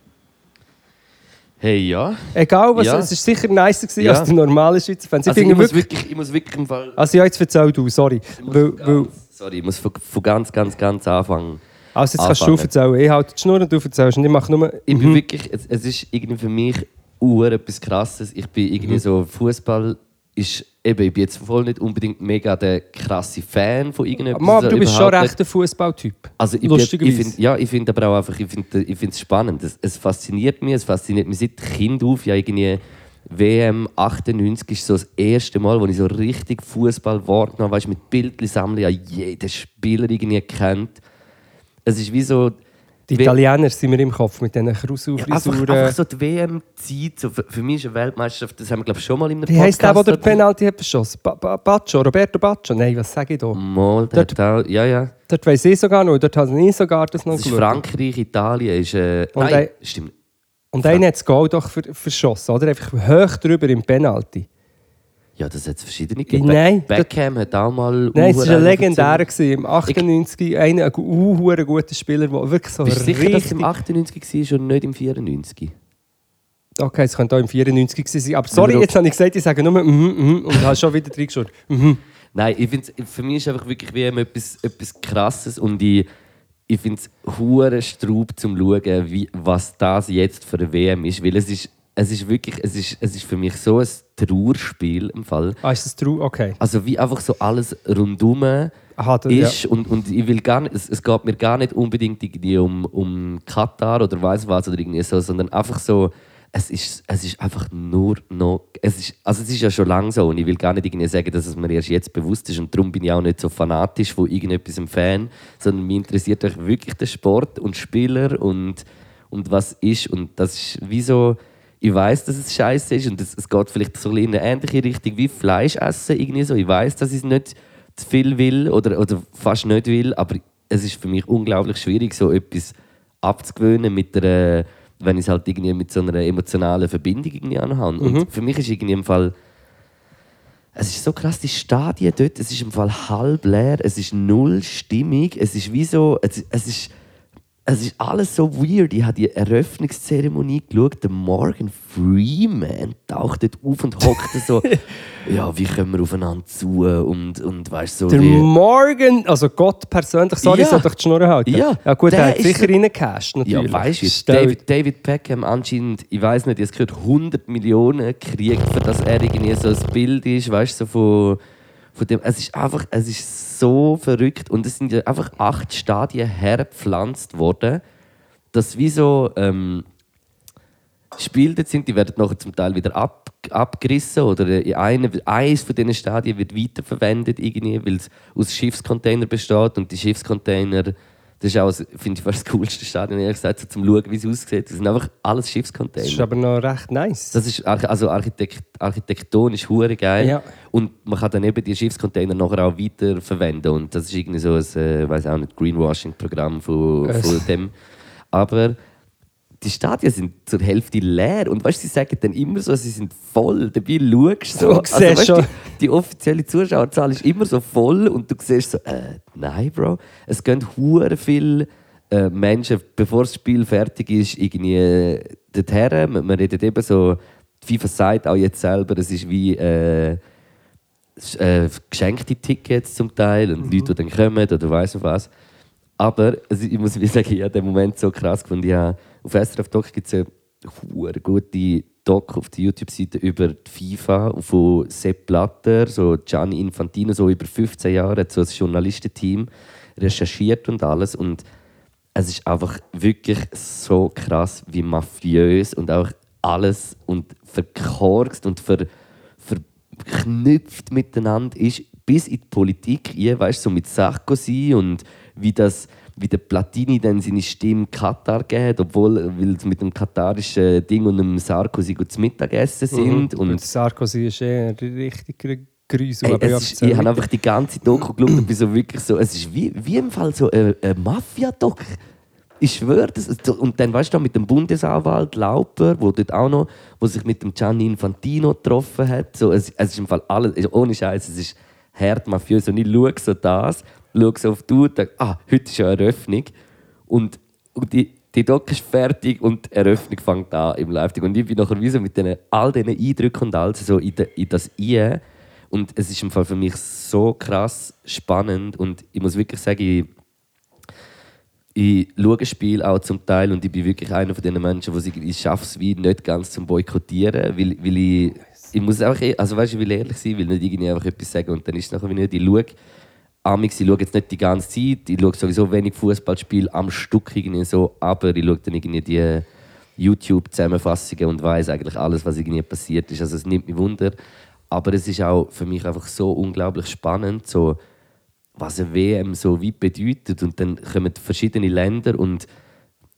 Speaker 2: Hey, ja.
Speaker 3: Egal was,
Speaker 2: Ja.
Speaker 3: es ist sicher nicer gewesen
Speaker 2: Ja.
Speaker 3: als die normalen Schweizer Fans. Ich
Speaker 2: Also ich,
Speaker 3: finde
Speaker 2: muss
Speaker 3: wirklich,
Speaker 2: wirklich, ich muss wirklich im Fall...
Speaker 3: also ja, jetzt erzähl du, sorry.
Speaker 2: ich muss
Speaker 3: Weil, weil,
Speaker 2: ganz, sorry, ich muss von, von ganz, ganz, ganz anfangen.
Speaker 3: also jetzt kannst du
Speaker 2: anfangen.
Speaker 3: erzählen. Ich halte die Schnur und du erzählst und ich mache nur...
Speaker 2: Ich bin wirklich... Es, es ist irgendwie für mich uhr etwas Krasses. Ich bin
Speaker 3: Mhm.
Speaker 2: irgendwie so... Fußball ist... Eben, ich bin jetzt voll nicht unbedingt mega der krasse Fan von irgendetwas.
Speaker 3: Mann, aber
Speaker 2: Also
Speaker 3: du bist schon
Speaker 2: überhaupt nicht.
Speaker 3: recht ein Fußballtyp.
Speaker 2: Also ich, bin- ich
Speaker 3: Lustigerweise.
Speaker 2: finde, ja, ich finde aber auch einfach, ich finde, ich finde es spannend. Es, es fasziniert mich, es fasziniert mich seit Kind auf. Ja, irgendwie WM 98 ist so das erste Mal, wo ich so richtig Fußball wahrgenommen habe, weißt, mit Bildli sammeln, ja, jeden Spieler irgendwie kennt. Es ist wie so
Speaker 3: Die
Speaker 2: wie-
Speaker 3: Italiener sind mir im Kopf mit diesen
Speaker 2: einfach,
Speaker 3: Krusau-Frisuren.
Speaker 2: einfach so die WM-Zeit. So, für, für mich ist eine Weltmeisterschaft, das haben wir glaube ich schon mal in einem
Speaker 3: Wie heisst der, der den
Speaker 2: oder-
Speaker 3: Penalty hat verschossen? Ba ba Baccio, Roberto Baccio? Nein, was sage ich da?
Speaker 2: Mal, der hat auch, ja, ja.
Speaker 3: Dort weiss ich sogar noch, dort habe ich sogar das noch
Speaker 2: Das ist Frankreich, Italien, ist... Äh,
Speaker 3: Und
Speaker 2: nein,
Speaker 3: ein-
Speaker 2: stimmt.
Speaker 3: Und einer hat das Goal doch ver verschossen, oder? Einfach hoch drüber im Penalty.
Speaker 2: Ja, das hat es verschiedene gegeben.
Speaker 3: Nein,
Speaker 2: Be- Beckham hat auch mal...
Speaker 3: Nein, es
Speaker 2: Uhren
Speaker 3: war ein legendärer.
Speaker 2: reingezogen.
Speaker 3: gewesen. Im 98 einer, ein gu- uhuere guter Spieler, der wirklich so
Speaker 2: Bist du sicher, dass es
Speaker 3: richtig...
Speaker 2: im 98 war und nicht im 94?
Speaker 3: Okay, es könnte auch im 94 gewesen sein. Aber sorry,
Speaker 2: Nummer-
Speaker 3: jetzt habe ich gesagt, ich sage nur «mhm, mhm» und habe schon wieder reingeschaut. Mhm.
Speaker 2: Nein, ich find's, für mich ist einfach wirklich wie immer etwas, etwas Krasses und ich, ich finde es hure Straub zum Schauen, wie, was das jetzt für eine WM ist, weil es ist, es ist wirklich, es ist, es ist für mich so ein Trauerspiel im Fall.
Speaker 3: Ah, ist das true? Okay.
Speaker 2: Also wie einfach so alles rundum
Speaker 3: Aha, das, ja.
Speaker 2: ist und, und ich will gar nicht, es, es geht mir gar nicht unbedingt irgendwie um, um Katar oder weiß was oder irgendwie so, sondern einfach so, es ist, es ist einfach nur noch, es ist, also es ist ja schon lange so und ich will gar nicht irgendwie sagen, dass es mir erst jetzt bewusst ist und darum bin ich auch nicht so fanatisch von irgendetwas im Fan, sondern mich interessiert euch wirklich der Sport und Spieler und, und was ist und das ist wie so, ich weiß, dass es scheiße ist und es, es geht vielleicht so ein bisschen in eine ähnliche Richtung wie Fleisch essen irgendwie so. Ich weiß, dass ich es nicht zu viel will oder, oder fast nicht will, aber es ist für mich unglaublich schwierig, so etwas abzugewöhnen mit einer, wenn ich es halt irgendwie mit so einer emotionalen Verbindung irgendwie anhabe. Und für mich ist irgendwie im Fall es ist so krass, die Stadien dort, es ist im Fall halb leer, es ist null stimmig, es ist wie so, es, es ist, es ist alles so weird. Ich habe die Eröffnungszeremonie geschaut, der Morgan Freeman taucht dort auf und hockt so, ja, wie kommen wir aufeinander zu und, und weißt so
Speaker 3: Der
Speaker 2: wie...
Speaker 3: Morgan, also Gott persönlich, sorry,
Speaker 2: Ja.
Speaker 3: soll doch die Schnur halten.
Speaker 2: Ja.
Speaker 3: ja gut,
Speaker 2: Der
Speaker 3: er hat
Speaker 2: ist
Speaker 3: sicher
Speaker 2: so-
Speaker 3: reingecasht,
Speaker 2: Ja,
Speaker 3: natürlich.
Speaker 2: weißt du,
Speaker 3: Stell-
Speaker 2: David, David Beckham anscheinend, ich weiß nicht, jetzt gehört 100 Millionen kriegt, für das er irgendwie so ein Bild ist, weißt du, so von, von dem. Es ist einfach, es ist so verrückt und es sind ja einfach acht Stadien hergepflanzt worden, dass wie so ähm, Spiele dort sind, die werden nachher zum Teil wieder ab, abgerissen oder in eine, eins von diesen Stadien wird weiterverwendet irgendwie, weil es aus Schiffscontainer besteht und die Schiffscontainer, das ist auch, ein- finde ich, fast das coolste Stadion, ehrlich gesagt, so zum Schauen, wie es aussieht. Das sind einfach alles
Speaker 3: Das ist
Speaker 2: Schiffscontainer.
Speaker 3: aber noch recht nice.
Speaker 2: Das ist arch- also Architekt, architektonisch hure geil
Speaker 3: Ja.
Speaker 2: und man kann dann eben die Schiffscontainer nachher auch weiter verwenden und das ist irgendwie so ein, äh, weiß auch nicht, Greenwashing-Programm von,
Speaker 3: Äh.
Speaker 2: von dem. Aber die Stadien sind zur Hälfte leer. Und weißt, du, sie sagen dann immer so, sie sind voll. Dabei schaust du so. also
Speaker 3: Du siehst
Speaker 2: weißt,
Speaker 3: schon.
Speaker 2: Die, die offizielle Zuschauerzahl ist immer so voll und du siehst so, äh, nein, Bro. Es gehen hure viele äh, Menschen, bevor das Spiel fertig ist, irgendwie äh, dorthin. Man, man redet eben so, die FIFA sagt auch jetzt selber, es ist wie... Äh, s- äh, geschenkte Tickets zum Teil und Leute, die dann kommen oder weiss ich was. Aber also ich muss wirklich sagen, ich habe den Moment so krass gefunden. Ich habe, auf SRF Doc gibt es eine hure gute Doc auf der YouTube-Seite über die FIFA und von Sepp Blatter, so Gianni Infantino, so über 15 Jahre, hat so ein Journalistenteam recherchiert und alles. Und es ist einfach wirklich so krass, wie mafiös und auch alles und verkorkst und ver, verknüpft miteinander ist, bis in die Politik, ihr weißt so mit Sarkozy und wie das wie der Platini dann seine Stimme Katar gegeben hat, obwohl weil sie mit dem katarischen Ding und dem Sarkozy gut zu Mittagessen sind und
Speaker 3: Und Mhm. Sarkozy ist eh ein richtiger Grüße.
Speaker 2: Ey, es ist, ich habe einfach die ganze Doku geschaut und bin so wirklich so, es ist wie, wie im Fall so eine, eine Mafia-Doc. Ich schwöre, das ist so- und dann weißt du auch mit dem Bundesanwalt Lauper, wo dort auch noch, wo sich mit dem Gianni Infantino getroffen hat, so, es, es ist im Fall alles, es- ohne Scheiß, es ist hart mafiös und ich schaue so das, schaue so auf die Uhr und denke, ah, heute ist ja Eröffnung und, und die, die Doc ist fertig und die Eröffnung fängt an im live und ich bin nachher wie so mit den, all diesen Eindrücken und alles so in, de, in das «I», und es ist im Fall für mich so krass spannend und ich muss wirklich sagen, ich, ich schaue Spiel auch zum Teil und ich bin wirklich einer von den Menschen, die sagen, ich schaffe es wie nicht ganz zum Boykottieren, weil, weil ich, ich muss einfach, eh- also weißt, ich will ehrlich sein, will nicht irgendwie einfach etwas sagen und dann ist es nachher wie nicht, ich schaue Amix, ich schaue jetzt nicht die ganze Zeit, ich schaue sowieso wenig Fußballspiel am Stück irgendwie so, aber ich schaue dann irgendwie die YouTube-Zusammenfassungen und weiß eigentlich alles, was irgendwie passiert ist. Also es nimmt mich Wunder, aber es ist auch für mich einfach so unglaublich spannend, so was eine WM so weit bedeutet. Und dann kommen verschiedene Länder und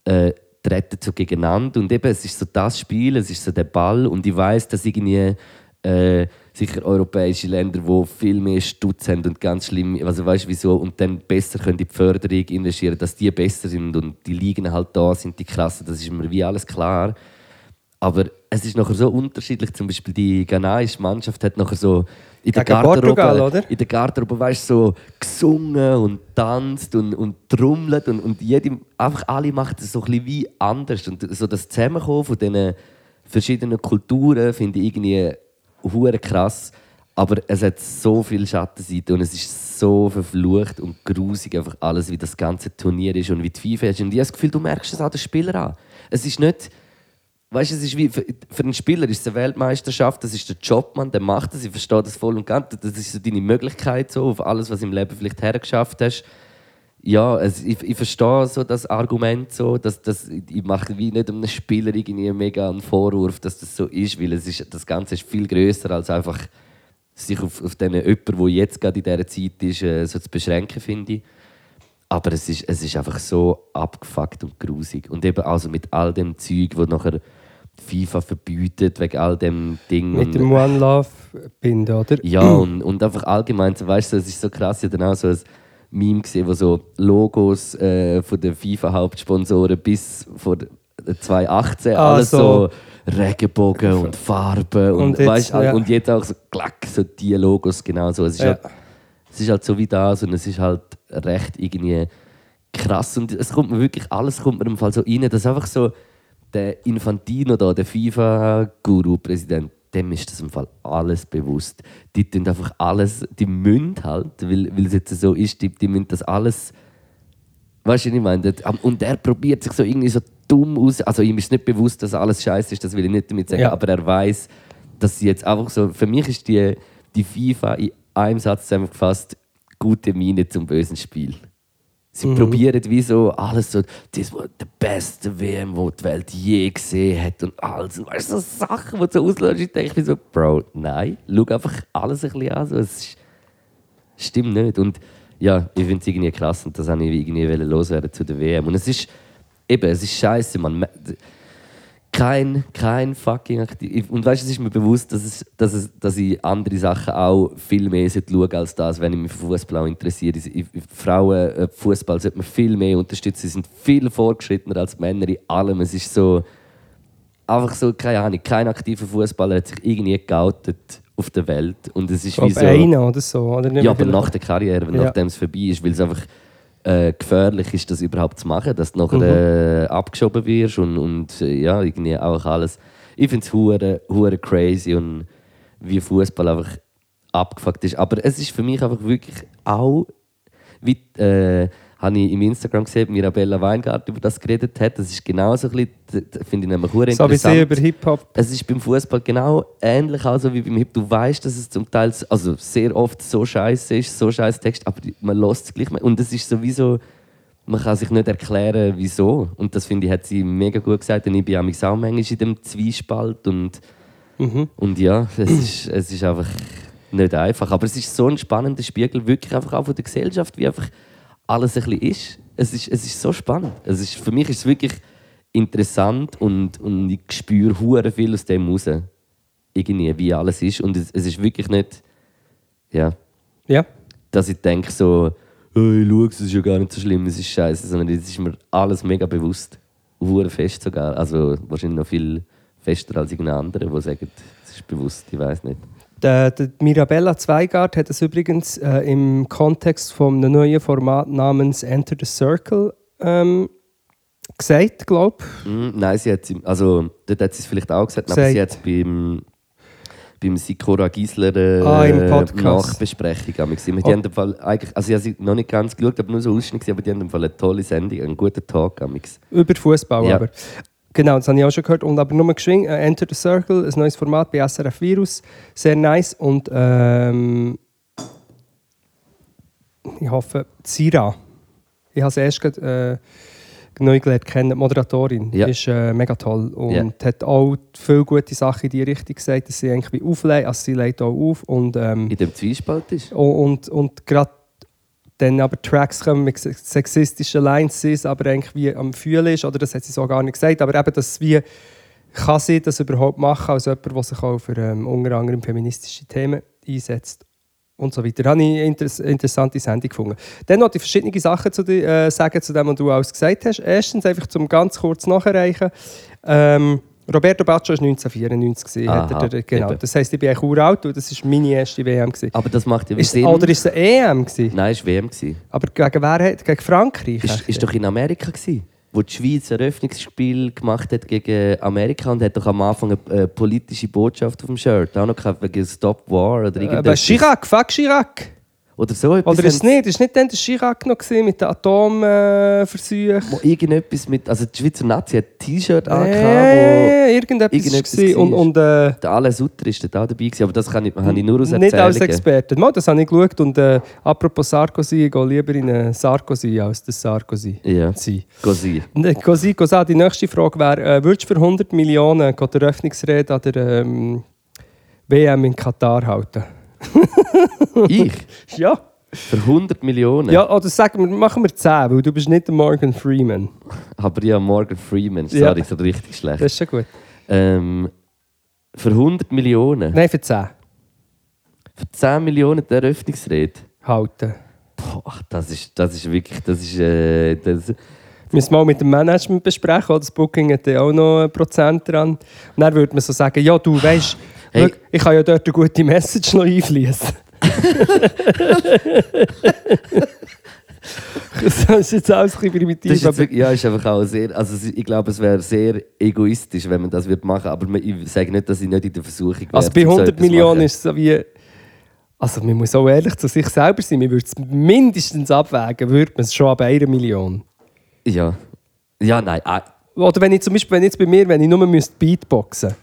Speaker 2: äh, treten so gegeneinander. Und eben, es ist so das Spiel, es ist so der Ball. Und ich weiß, dass irgendwie äh, sicher europäische Länder, die viel mehr Stutz haben und ganz schlimm, also weißt wieso, und dann besser können in die Förderung investieren, dass die besser sind und die Ligen halt da sind, die krassen, das ist mir wie alles klar. Aber es ist nachher so unterschiedlich. Zum Beispiel die ghanaische Mannschaft hat nachher so in der
Speaker 3: Gegen
Speaker 2: Garderobe,
Speaker 3: Portugal, oder?
Speaker 2: In der Garderobe weißt, du, so gesungen und tanzt und, und trommelt und, und jedem, einfach alle machen es so ein bisschen wie anders. Und so das Zusammenkommen von diesen verschiedenen Kulturen finde ich irgendwie hure krass. Aber es hat so viel Schattenseiten und es ist so verflucht und grusig einfach alles, wie das ganze Turnier ist und wie die FIFA ist. Und ich habe das Gefühl, du merkst es an den Spielern an. Es ist nicht... Weißt du, es ist wie für, für einen Spieler ist es eine Weltmeisterschaft, das ist der Job, man, der macht das, ich verstehe das voll und ganz. Das ist so deine Möglichkeit so, auf alles, was du im Leben vielleicht hergeschafft hast. Ja, es, ich, ich verstehe so das Argument so, dass, dass ich mache wie nicht einem Spieler irgendwie mega einen Vorwurf, dass das so ist, weil es ist, das Ganze ist viel größer als einfach sich auf, auf den jemanden, der jetzt gerade in dieser Zeit ist, äh, so zu beschränken, finde ich. Aber es ist, es ist einfach so abgefuckt und grusig. Und eben also mit all dem Zeug, das nachher FIFA verbietet, wegen all dem Ding.
Speaker 3: Mit
Speaker 2: und,
Speaker 3: dem One Love Binden, oder?
Speaker 2: ja, und, und einfach allgemein, so, weißt du, es ist so krass, ich habe dann auch so ein Meme gesehen, wo so Logos äh, von den FIFA-Hauptsponsoren bis vor 2018
Speaker 3: Ah,
Speaker 2: alles
Speaker 3: so.
Speaker 2: so. Regenbogen und Farben und,
Speaker 3: Und
Speaker 2: und,
Speaker 3: jetzt,
Speaker 2: weißt,
Speaker 3: ja.
Speaker 2: und jetzt auch so klack, so die Logos genau so. Es ist,
Speaker 3: Ja.
Speaker 2: halt, es ist halt so wie das und es ist halt recht irgendwie krass und es kommt mir wirklich, alles kommt mir im Fall so rein, dass einfach so der Infantino da, der FIFA-Guru-Präsident, dem ist das im Fall alles bewusst. Die tun einfach alles, die münd halt, weil, weil es jetzt so ist, die, die münd das alles Weißt du, was ich meine? Das- am- Und er probiert sich so irgendwie so dumm aus. Also ihm ist nicht bewusst, dass alles scheiße ist, das will ich nicht damit sagen,
Speaker 3: Ja.
Speaker 2: aber er weiß, dass sie jetzt einfach so. Für mich ist die, die FIFA in einem Satz zusammengefasst: gute Miene zum bösen Spiel. Sie probieren wie so alles so, das war der beste WM, wo die Welt je gesehen hat und alles. Und weißt du, so Sachen, die du so auslöst, ich denke mir so, Bro, nein, schau einfach alles ein bisschen an. So, es ist, Stimmt nicht. Und ja, ich finde es irgendwie krass und das wollte ich irgendwie wollen loswerden zu der WM. Und es ist eben, es ist scheiße, man. Kein, kein fucking aktiv. Und weißt du, es ist mir bewusst, dass, es, dass, es, dass ich andere Sachen auch viel mehr sollte schauen als das, wenn ich mich für Fußball auch interessiere. Ich- ich- Frauen, äh, Fußball sollte man viel mehr unterstützen. Sie sind viel fortgeschrittener als die Männer in allem. Es ist so einfach so, keine Ahnung, kein aktiver Fußballer hat sich irgendwie geoutet auf der Welt. Und es ist
Speaker 3: Ob
Speaker 2: wie so.
Speaker 3: einer oder so. Oder nicht genau.
Speaker 2: Ja, aber
Speaker 3: Vielleicht-
Speaker 2: nach der Karriere,
Speaker 3: Ja.
Speaker 2: nachdem es vorbei ist, weil es einfach äh, gefährlich ist, das überhaupt zu machen, dass du
Speaker 3: Mhm.
Speaker 2: nachher äh, abgeschoben wirst und, und äh, ja, irgendwie auch alles. Ich finde es hure, hure crazy und wie Fußball einfach abgefuckt ist. Aber es ist für mich einfach wirklich auch, wie äh, habe ich im Instagram gesehen, Mirabella Weingart über das geredet hat. Das ist genau so ein bisschen, d- d- finde ich nämlich hure
Speaker 3: So wie
Speaker 2: interessant
Speaker 3: sie über Hip-Hop.
Speaker 2: es ist beim Fußball genau ähnlich also wie beim Hip. Du weißt, dass es zum Teil also sehr oft so scheiße ist, so scheiß Text, aber die- man lässt es gleich mehr. Und es ist sowieso, man kann sich nicht erklären, wieso. Und das finde ich, hat sie mega gut gesagt. Und ich bin manchmal auch manchmal in dem Zwiespalt. Und, und ja, es ist, es ist einfach nicht einfach. Aber es ist so ein spannender Spiegel, wirklich einfach auch von der Gesellschaft, wie einfach alles ein bisschen ist. Es ist, es ist so spannend. Es ist, für mich ist es wirklich interessant und, und ich spüre hure viel aus dem raus. Irgendwie, wie alles ist. Und es, es ist wirklich nicht, ja,
Speaker 3: Ja.
Speaker 2: dass ich denke so, hey, schau, es ist ja gar nicht so schlimm, es ist scheiße, sondern es ist mir alles mega bewusst. Hure fest sogar. Also wahrscheinlich noch viel fester als irgendein anderer, der sagt, es ist bewusst, ich weiß nicht.
Speaker 3: Der, der Mirabella Zweigart hat es übrigens äh, im Kontext von einem neuen Format namens Enter the Circle ähm, gesagt, glaube ich.
Speaker 2: Mm, nein, sie hat also dort hat sie es vielleicht auch gesagt, aber
Speaker 3: Gesagt.
Speaker 2: sie hat es beim beim Sikora Gisler äh,
Speaker 3: Ah, im Podcast.
Speaker 2: Nachbesprechung haben gesehen. Die
Speaker 3: Oh.
Speaker 2: haben im Fall eigentlich, also ich habe sie noch nicht ganz geschaut, aber nur so Ausschnitte gesehen, aber die haben im Fall eine tolle Sendung, einen guten Tag amigs.
Speaker 3: Über Fußball
Speaker 2: Ja.
Speaker 3: aber. Genau, das habe ich auch schon gehört. Und aber nur geschwing, äh, Enter the Circle, ein neues Format bei SRF Virus. Sehr nice. Und ähm, ich hoffe, Zira. Ich habe sie erst gerade, äh, neu gelernt kennen. Die Moderatorin
Speaker 2: Ja.
Speaker 3: ist äh, mega toll und hat auch viele gute Sachen in die Richtung gesagt, dass sie eigentlich wie auflegt, also sie legt auch auf. Und, ähm,
Speaker 2: In dem Zwiespalt ist.
Speaker 3: und, und, und gerade dann aber Tracks kommen mit se- sexistischen Lines, sie es aber eigentlich wie am Fühlen ist, oder das hat sie so gar nicht gesagt, aber eben, dass wie kann sie das überhaupt machen, als jemand, der sich auch für ähm, unter anderem feministische Themen einsetzt und so weiter. Da habe ich eine inter interessante Sendung gefunden. Dann noch die verschiedenen Sachen zu dir, äh, sagen, zu dem, was du alles gesagt hast. Erstens, einfach zum ganz kurz nachreichen, ähm, Roberto Baccio war 1994. gewesen, Hat
Speaker 2: Aha,
Speaker 3: er, den- genau.
Speaker 2: eben.
Speaker 3: Das heisst, ich bin eigentlich uralt und das war meine erste WM. Gewesen.
Speaker 2: Aber das macht ja
Speaker 3: Ist,
Speaker 2: Sinn.
Speaker 3: oder ist es eine EM? Gewesen?
Speaker 2: Nein, es war WM. gewesen.
Speaker 3: Aber gegen wer hat? Gegen Frankreich?
Speaker 2: Ist, ist doch in Amerika gewesen, wo die Schweiz ein Eröffnungsspiel gemacht hat gegen Amerika und hat doch am Anfang eine äh, politische Botschaft auf dem Shirt. Auch noch gehabt wegen Stop War oder
Speaker 3: Aber
Speaker 2: irgendwas.
Speaker 3: Chirac, fuck Chirac.
Speaker 2: oder so etwas.
Speaker 3: Äh, Oder ist es
Speaker 2: haben-
Speaker 3: nicht? Ist nicht dann der Chirac noch gewesen mit den Atomversuchen?
Speaker 2: Wo irgendetwas mit, also die Schweizer Nazi hat ein T-Shirt angehabt, wo
Speaker 3: Äh, irgendetwas,
Speaker 2: irgendetwas
Speaker 3: irgendetwas war. Und,
Speaker 2: war.
Speaker 3: und äh,
Speaker 2: der Alain Sutter ist da auch dabei gewesen, aber das kann ich, kann ich nur aus
Speaker 3: nicht als
Speaker 2: Erzählungen.
Speaker 3: Experte. Mal, das habe ich geschaut. Und äh, apropos Sarkozy, ich gehe lieber in eine Sarkozy als das Sarkozy.
Speaker 2: Ja,
Speaker 3: Sein.
Speaker 2: Gosi.
Speaker 3: Ne, Cosi, Cosa, die nächste Frage wäre, äh, würdest du für 100 Millionen die Eröffnungsrede an der ähm, WM in Katar halten?
Speaker 2: Ich?
Speaker 3: Ja.
Speaker 2: Für 100 Millionen?
Speaker 3: Ja, oder sagen wir, machen wir 10, weil du bist nicht der Morgan Freeman.
Speaker 2: Aber ja, Morgan Freeman,
Speaker 3: Ja.
Speaker 2: sorry, so richtig schlecht.
Speaker 3: Das ist schon gut.
Speaker 2: Ähm, für 100 Millionen?
Speaker 3: Nein, für 10
Speaker 2: Für 10 Millionen die Eröffnungsrede?
Speaker 3: halten.
Speaker 2: Boah, das ist, das ist wirklich, das ist, äh, das,
Speaker 3: Müssen wir mal mit dem Management besprechen, oder? das Booking hat ja auch noch einen Prozent dran. Und dann würde man so sagen, ja du, weißt,
Speaker 2: Hey.
Speaker 3: schau, ich kann ja dort eine gute Message noch einfließen. das ist jetzt alles ein bisschen primitiv.
Speaker 2: das ist jetzt,
Speaker 3: aber-
Speaker 2: wirklich- ja, ist einfach auch sehr, also es- ich glaube, es wäre sehr egoistisch, wenn man das würde machen, aber man- ich sage nicht, dass ich nicht in der Versuchung wäre.
Speaker 3: Also bei
Speaker 2: um so
Speaker 3: 100
Speaker 2: etwas
Speaker 3: Millionen
Speaker 2: machen.
Speaker 3: ist es so wie. Also man muss auch ehrlich zu sich selber sein. Man würde es mindestens abwägen, würde man es schon ab einer Million.
Speaker 2: Ja. Ja, nein, ah,
Speaker 3: Oder wenn ich zum Beispiel, wenn jetzt bei mir, wenn ich nur müsste Beatboxen müsste.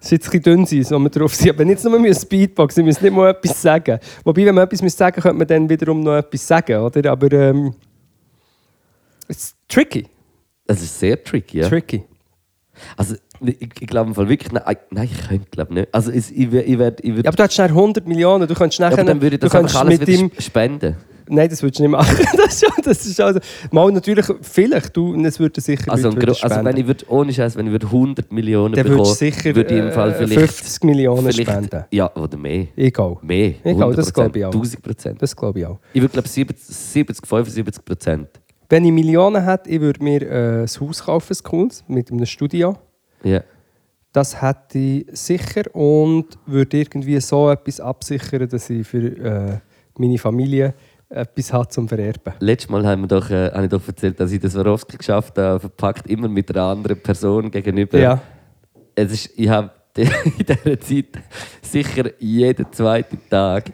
Speaker 3: Das ist jetzt ein bisschen dünn, sein, so man drauf sind. Aber wenn ich jetzt nur müsste Beatboxen ich müsste nicht mal etwas sagen. Wobei, wenn man etwas müsste sagen könnte man dann wiederum noch etwas sagen, oder? Aber ähm, es ist tricky.
Speaker 2: das ist sehr tricky, ja.
Speaker 3: Tricky.
Speaker 2: Also ich, ich glaube im Fall wirklich, nein, nein ich könnte glaube nicht. Also es- ich, wär- ich werde, ich
Speaker 3: Ja,
Speaker 2: würde,
Speaker 3: aber du hast schnell 100 Millionen, du könntest nachher...
Speaker 2: dann würde ich
Speaker 3: du
Speaker 2: das einfach alles
Speaker 3: könntest mit
Speaker 2: wieder
Speaker 3: deinem-
Speaker 2: sp- spenden.
Speaker 3: Nein, das würdest du nicht machen. Das ist, schon- das ist also, mal natürlich, vielleicht, du, es würde sicher
Speaker 2: Also, ein
Speaker 3: Leute
Speaker 2: Gro- also
Speaker 3: spenden.
Speaker 2: wenn ich würd, ohne Scheiß, wenn ich würd 100 Millionen
Speaker 3: dann
Speaker 2: bekommen
Speaker 3: würdest du sicher
Speaker 2: würde ich im Fall
Speaker 3: äh,
Speaker 2: vielleicht,
Speaker 3: 50 Millionen
Speaker 2: vielleicht
Speaker 3: spenden.
Speaker 2: ja oder mehr,
Speaker 3: Egal.
Speaker 2: mehr,
Speaker 3: Egal, das glaub ich auch.
Speaker 2: 1000 Prozent.
Speaker 3: Das glaube ich auch.
Speaker 2: Ich würde glaube 70, 70, 75 Prozent.
Speaker 3: Wenn ich Millionen hätte, ich würde mir äh, ein Haus kaufen, ein cooles, mit einem Studio.
Speaker 2: Ja.
Speaker 3: Das hätte ich sicher und würde irgendwie so etwas absichern, dass ich für äh, meine Familie etwas habe zum Vererben.
Speaker 2: Letztes Mal haben wir doch, äh, habe ich doch erzählt, dass ich das Swarovski geschafft habe, verpackt immer mit einer anderen Person gegenüber.
Speaker 3: Ja.
Speaker 2: es ist, ich habe in dieser Zeit sicher jeden zweiten Tag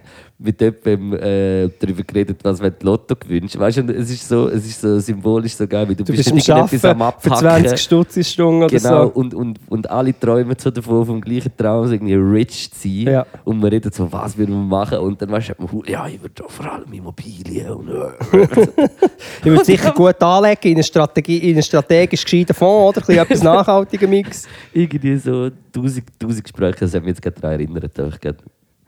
Speaker 2: mit jemandem äh, darüber geredet, was man Lotto gewünscht. Weißt du, und es ist so, es ist so symbolisch so geil, weil du,
Speaker 3: Du bist,
Speaker 2: nicht
Speaker 3: am
Speaker 2: irgendetwas
Speaker 3: Arbeiten für 20 Stutz die Stunde oder
Speaker 2: Genau,
Speaker 3: so.
Speaker 2: und, und, und alle träumen so davon, vom gleichen Traum, so irgendwie rich zu sein.
Speaker 3: Ja.
Speaker 2: Und man redet so, was würden wir machen? Und dann weißt du, hat man, ja, ich würde vor allem Immobilien und. äh,
Speaker 3: Ich würde sicher gut anlegen in einen, Strategie, in einen strategisch gescheiten Fonds, oder? Ein bisschen etwas nachhaltiger Mix.
Speaker 2: irgendwie so tausend, tausend Gespräche, das hat mich jetzt gerade daran erinnert. da hab Ich gerade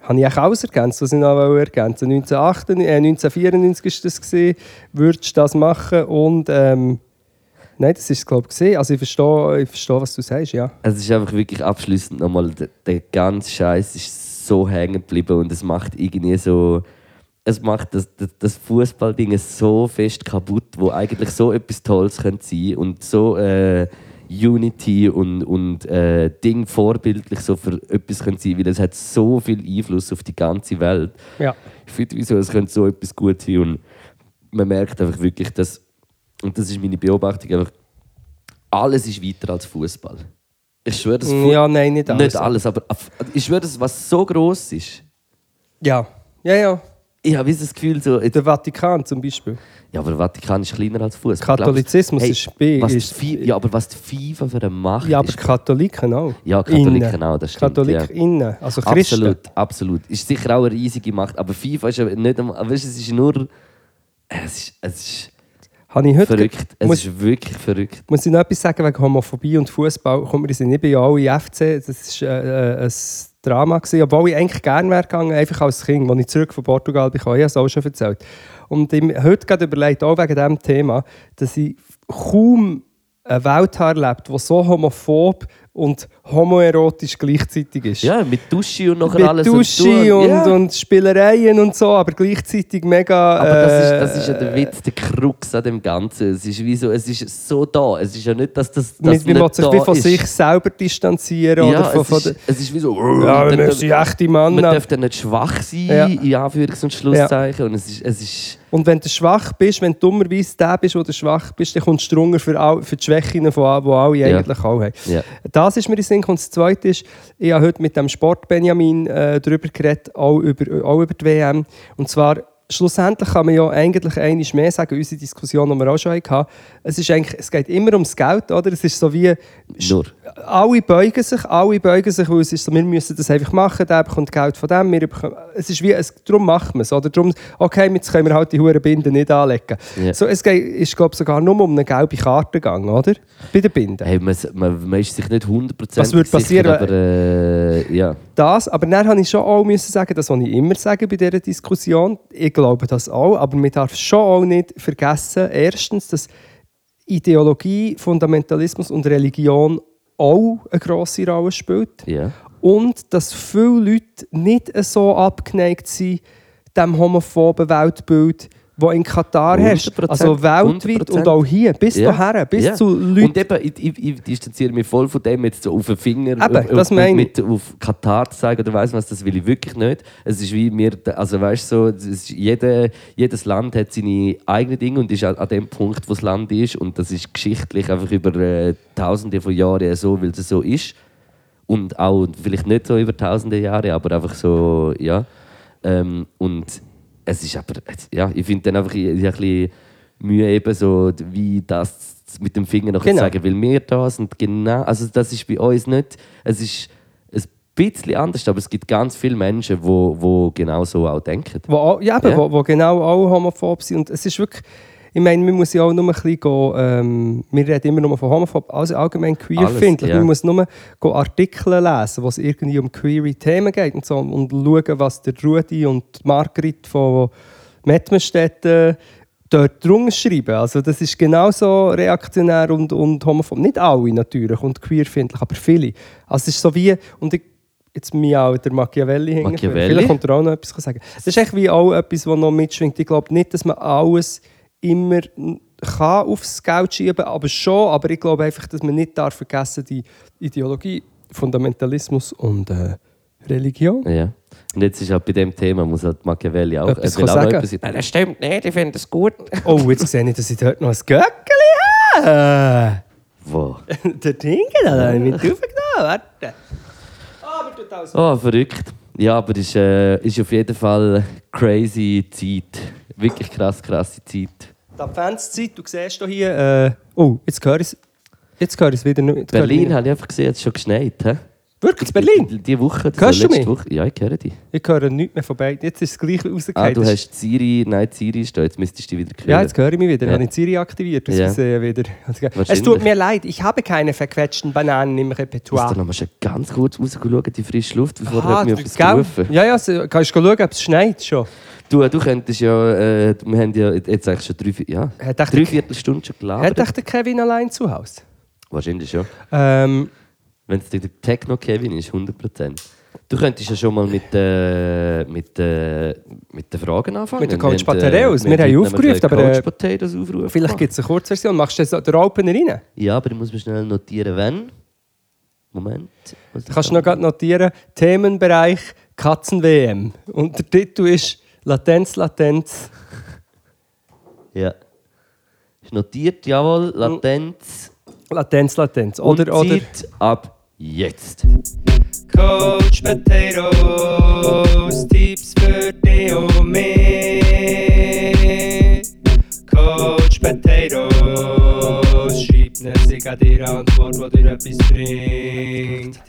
Speaker 3: Habe ich auch alles ergänzt, was ich noch ergänzen wollte. 1998, äh, 1994 war das. Gewesen. Würdest du das machen? Und ähm, nein, das ist es, glaube ich, gewesen. Also ich verstehe, ich verstehe, was du sagst, ja.
Speaker 2: Also, Es ist einfach wirklich abschließend nochmal, der, der ganze Scheiß ist so hängen geblieben und es macht irgendwie so. Es macht das, das, das Fußballding so fest kaputt, wo eigentlich so etwas Tolles könnte sein und so äh, Unity und, und äh, Ding vorbildlich so für etwas könnte sein, weil es hat so viel Einfluss auf die ganze Welt.
Speaker 3: Ja,
Speaker 2: Ich finde, wieso, es könnte so etwas gut sein. Und man merkt einfach wirklich, dass, und das ist meine Beobachtung, einfach, alles ist weiter als Fußball. Ich schwöre, das Fu-
Speaker 3: ja nein, nicht alles.
Speaker 2: nicht alles, aber auf- ich schwöre, das, was so groß ist,
Speaker 3: Ja. ja, ja.
Speaker 2: ich habe wie so das Gefühl, so, jetzt-
Speaker 3: Der Vatikan zum Beispiel.
Speaker 2: ja, aber der Vatikan ist kleiner als Fußball.
Speaker 3: Katholizismus
Speaker 2: Glaubst du-
Speaker 3: ist bi-
Speaker 2: was
Speaker 3: ist-
Speaker 2: die Fi- Ja, aber was die FIFA für eine Macht
Speaker 3: Ja, aber
Speaker 2: ist.
Speaker 3: Katholiken auch.
Speaker 2: Ja, Katholiken
Speaker 3: Innen.
Speaker 2: auch, das stimmt,
Speaker 3: Katholikinnen, also Christen.
Speaker 2: Absolut, absolut. Ist sicher auch eine riesige Macht, aber FIFA ist ja nicht einmal, weißt, du, es ist nur, es ist, es ist
Speaker 3: Habe ich heute
Speaker 2: verrückt. Es
Speaker 3: muss-
Speaker 2: ist wirklich verrückt.
Speaker 3: Muss ich noch etwas sagen wegen Homophobie und Fußball? Kommt mir das in nicht bei alle FC. Das war äh, äh, ein Drama. Gewesen, obwohl ich eigentlich gerne wäre gegangen, einfach als Kind, als ich zurück von Portugal bin. Ich habe es auch schon erzählt. Und ich habe mir heute gerade überlegt, auch wegen diesem Thema, dass ich kaum eine Welt habe erlebt, die so homophob und homoerotisch gleichzeitig ist.
Speaker 2: Ja, mit Dusche und nachher
Speaker 3: Mit
Speaker 2: alles. am Tun.
Speaker 3: Dusche und,
Speaker 2: Ja.
Speaker 3: und Spielereien und so, aber gleichzeitig mega.
Speaker 2: Aber das ist,
Speaker 3: äh,
Speaker 2: das ist ja der Witz, der Krux an dem Ganzen. Es ist, wie so, es ist so da. Es ist ja nicht, dass das. Dass
Speaker 3: mit, man will
Speaker 2: nicht
Speaker 3: sich
Speaker 2: da
Speaker 3: wie von
Speaker 2: ist.
Speaker 3: sich selber distanzieren
Speaker 2: ja,
Speaker 3: oder von,
Speaker 2: es,
Speaker 3: von der,
Speaker 2: ist, es ist wie so.
Speaker 3: Ja, wir
Speaker 2: Dann-
Speaker 3: müssen echte Mann
Speaker 2: Man
Speaker 3: ab-
Speaker 2: darf dann nicht schwach sein,
Speaker 3: Ja.
Speaker 2: in Anführungs- und Schlusszeichen. Und es ist, es ist
Speaker 3: Und wenn du schwach bist, wenn du dummerweise der bist, wo du schwach bist, dann kommst du drunter für, all, für die Schwächen, von, all- die alle
Speaker 2: Ja.
Speaker 3: eigentlich auch haben.
Speaker 2: Ja.
Speaker 3: Das ist mir in den Sinn gekommen. Das Zweite ist, ich habe heute mit dem Sport Benjamin äh, darüber geredet, auch über, auch über die WM. Und zwar, schlussendlich kann man ja eigentlich einiges mehr sagen, unsere Diskussion, die wir auch schon hatten. Es, ist eigentlich, es geht immer ums Geld, oder? Es ist so wie...
Speaker 2: nur.
Speaker 3: Alle beugen sich, alle beugen sich, weil es ist so, wir müssen das einfach machen, der bekommt Geld von dem, wir bekommen, es ist wie, es, darum macht man es, oder? Darum, okay, jetzt können wir halt die hohen Binden nicht anlegen.
Speaker 2: Ja.
Speaker 3: So, es geht, ist, glaube ich, sogar nur um eine gelbe Karte gegangen, oder? Bei den Binden.
Speaker 2: Hey, man, man, man ist sich nicht 100%
Speaker 3: Was würde passieren,
Speaker 2: sicher, aber äh, ja.
Speaker 3: Das, aber dann habe ich schon auch müssen sagen, das was ich immer sage bei dieser Diskussion, ich glaube das auch, aber man darf schon auch nicht vergessen, erstens, dass Ideologie, Fundamentalismus und Religion auch eine grosse Rolle spielt.
Speaker 2: ja.
Speaker 3: Und dass viele Leute nicht so abgeneigt sind dem homophoben Weltbild, das in Katar herrscht.
Speaker 2: 100%,
Speaker 3: Also weltweit
Speaker 2: 100%.
Speaker 3: und auch hier, bis
Speaker 2: Ja.
Speaker 3: daher, bis
Speaker 2: Ja.
Speaker 3: zu
Speaker 2: Und
Speaker 3: Leuten.
Speaker 2: eben, ich, ich, ich distanziere mich voll von dem, jetzt so auf den Finger
Speaker 3: Eben,
Speaker 2: auf,
Speaker 3: das
Speaker 2: auf,
Speaker 3: meine
Speaker 2: mit auf Katar zu zeigen oder weiss was, das will ich wirklich nicht. Es ist wie mir, also weißt du, so, es ist jede, jedes Land hat seine eigenen Dinge und ist an, an dem Punkt, wo das Land ist und das ist geschichtlich einfach über äh, tausende von Jahren so, weil es so ist. Und auch vielleicht nicht so über tausende Jahre, aber einfach so, ja. Ähm, und es ist aber, ja, ich finde dann einfach ich, ich hab ein bisschen Mühe eben so, wie das mit dem Finger noch
Speaker 3: Genau.
Speaker 2: zu sagen, weil wir da sind, genau, also das ist bei uns nicht, es ist ein bisschen anders, aber es gibt ganz viele Menschen, die wo, wo genau so auch denken.
Speaker 3: Wo, auch- ja, eben,
Speaker 2: Ja.
Speaker 3: Wo, wo genau auch homophob sind. Und es ist wirklich, ich meine, man muss ja auch nur ein bisschen, gehen, ähm, wir reden immer nur von homophob, also allgemein queerfindlich.
Speaker 2: ja.
Speaker 3: Man muss nur gehen Artikel lesen, wo es irgendwie um queere Themen geht und, so, und schauen, was der Rudi und die Margrit von Mettmerstetten dort drunter schreiben. Also das ist genauso reaktionär und, und homophob. Nicht alle natürlich und queerfindlich, aber viele. Also es ist so wie, und ich, jetzt mir auch der Machiavelli hinterher.
Speaker 2: Machiavelli?
Speaker 3: Vielleicht kommt er auch noch etwas sagen. Das ist echt wie auch etwas, was noch mitschwingt. Ich glaube nicht, dass man alles immer n- kann aufs Geld schieben aber schon. Aber ich glaube einfach, dass man nicht darf vergessen die Ideologie, Fundamentalismus und äh, Religion.
Speaker 2: Ja. Und jetzt ist halt bei dem Thema, muss halt Machiavelli auch,
Speaker 3: Etwas
Speaker 2: er will auch
Speaker 3: sagen.
Speaker 2: noch etwas Nein, das stimmt nicht, ich finde das gut.
Speaker 3: Oh, jetzt sehe ich, dass ich dort noch ein Göckeli habe.
Speaker 2: Wow.
Speaker 3: Der Dinkel hat er mit aufgenommen. Warte. Ah, Aber du tust
Speaker 2: Oh, verrückt. Ja, aber es ist, äh, ist auf jeden Fall crazy Zeit. Wirklich krass, krasse Zeit.
Speaker 3: Die Adventszeit, du siehst doch hier. Äh, oh, jetzt höre ich es. Jetzt höre ich es wieder nicht. Jetzt höre ich
Speaker 2: Berlin
Speaker 3: nicht.
Speaker 2: habe ich einfach gesehen, hat schon geschneit. He?
Speaker 3: Wirklich, in Berlin?
Speaker 2: Die, die Woche, also
Speaker 3: Hörst du
Speaker 2: letzte
Speaker 3: mich?
Speaker 2: Woche. Ja, ich höre dich.
Speaker 3: Ich höre nichts mehr von beiden. Jetzt ist es gleich rausgekommen.
Speaker 2: Ah, du hast Siri, nein, Siri ist da, jetzt müsstest du dich wieder hören.
Speaker 3: ja, jetzt höre ich mich wieder.
Speaker 2: Ja.
Speaker 3: Habe ich Siri aktiviert? Das
Speaker 2: Ja.
Speaker 3: gesehen wieder. Es
Speaker 2: Wahrscheinlich.
Speaker 3: tut mir leid, ich habe keine verquetschten Bananen im
Speaker 2: Musst du
Speaker 3: Repertoire.
Speaker 2: noch mal schnell ganz kurz rausschauen, die frische Luft, bevor
Speaker 3: Ah,
Speaker 2: ah, mir
Speaker 3: du-
Speaker 2: etwas
Speaker 3: gell?
Speaker 2: gerufen Ah,
Speaker 3: Ja, ja, so, kannst du schauen, ob es schneit schon.
Speaker 2: Du, du könntest ja, äh, wir haben ja jetzt eigentlich schon drei, ja,
Speaker 3: Hat echt-
Speaker 2: drei Viertelstunden schon
Speaker 3: Hat
Speaker 2: gelabert.
Speaker 3: echt der Kevin allein zu Hause?
Speaker 2: Wahrscheinlich schon.
Speaker 3: Ähm,
Speaker 2: Wenn es der Techno-Kevin ist, 100%. Du könntest ja schon mal mit, äh, mit, äh, mit den Fragen anfangen.
Speaker 3: Mit den
Speaker 2: Wir
Speaker 3: Coach
Speaker 2: haben, äh,
Speaker 3: Potatoes. Wir haben
Speaker 2: heute
Speaker 3: aufgerufen,
Speaker 2: nämlich den
Speaker 3: aber, äh,
Speaker 2: Coach Potatoes aufrufen.
Speaker 3: vielleicht gibt es eine Kurzversion. Machst du den Opener rein?
Speaker 2: Ja, aber ich muss mir schnell notieren, wenn. Moment. Was
Speaker 3: Kannst du noch gerade notieren? Themenbereich Katzen-WM. Und der Titel ist Latenz, Latenz.
Speaker 2: Ja. Ist notiert, jawohl. Latenz.
Speaker 3: Latenz, Latenz. Oder,
Speaker 2: und
Speaker 3: oder?
Speaker 2: Zeit ab jetzt.
Speaker 1: Coach Potatoes, Tipps für dich und mich. Coach Potatoes, hát schreib ne sich an dir Antwort, wo dir etwas bringt.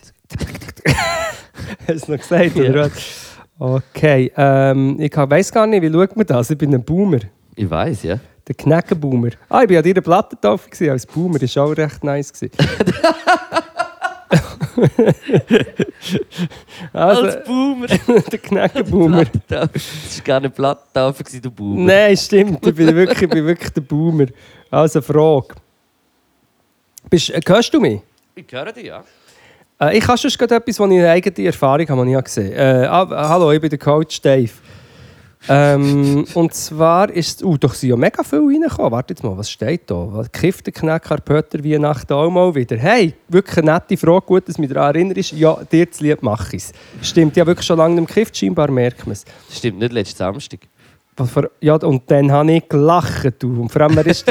Speaker 3: Hast du noch gesagt, oder? was? Okay, ähm, ich weiß gar nicht, wie schaut man das? Ich bin ein Boomer,
Speaker 2: Ich weiß, ja.
Speaker 3: der Knäckenboomer. Ah, ich war an deiner Plattentafel gewesen als Boomer, das war auch recht nice. gewesen. also,
Speaker 2: Boomer.
Speaker 3: der Knäckenboomer.
Speaker 2: Das war gar nicht Plattentaufe, du Boomer.
Speaker 3: Nein, stimmt, ich bin wirklich, ich bin wirklich der Boomer. Also, Frage. Bist, äh, hörst du mich?
Speaker 2: Ich höre dich, ja.
Speaker 3: Äh, ich habe schon gerade etwas, was ich eine eigene Erfahrung habe, die ich habe gesehen habe. Äh, ah, hallo, ich bin der Coach Dave. Ähm, und zwar ist uh, doch sind ja mega viel reingekommen. Warte jetzt mal, was steht da? Was kifft der Knacker Pötter wie Nacht auch mal wieder? Hey, wirklich eine nette Frage, gut, dass du mich daran erinnerst. Ja, dir zu lieb mache ich es. Stimmt, ja wirklich schon lange nicht gekifft, scheinbar merkt man es.
Speaker 2: Das stimmt nicht, letzten Samstag.
Speaker 3: Was für- Ja, und dann habe ich gelacht. Du. Und vor allem, er ist.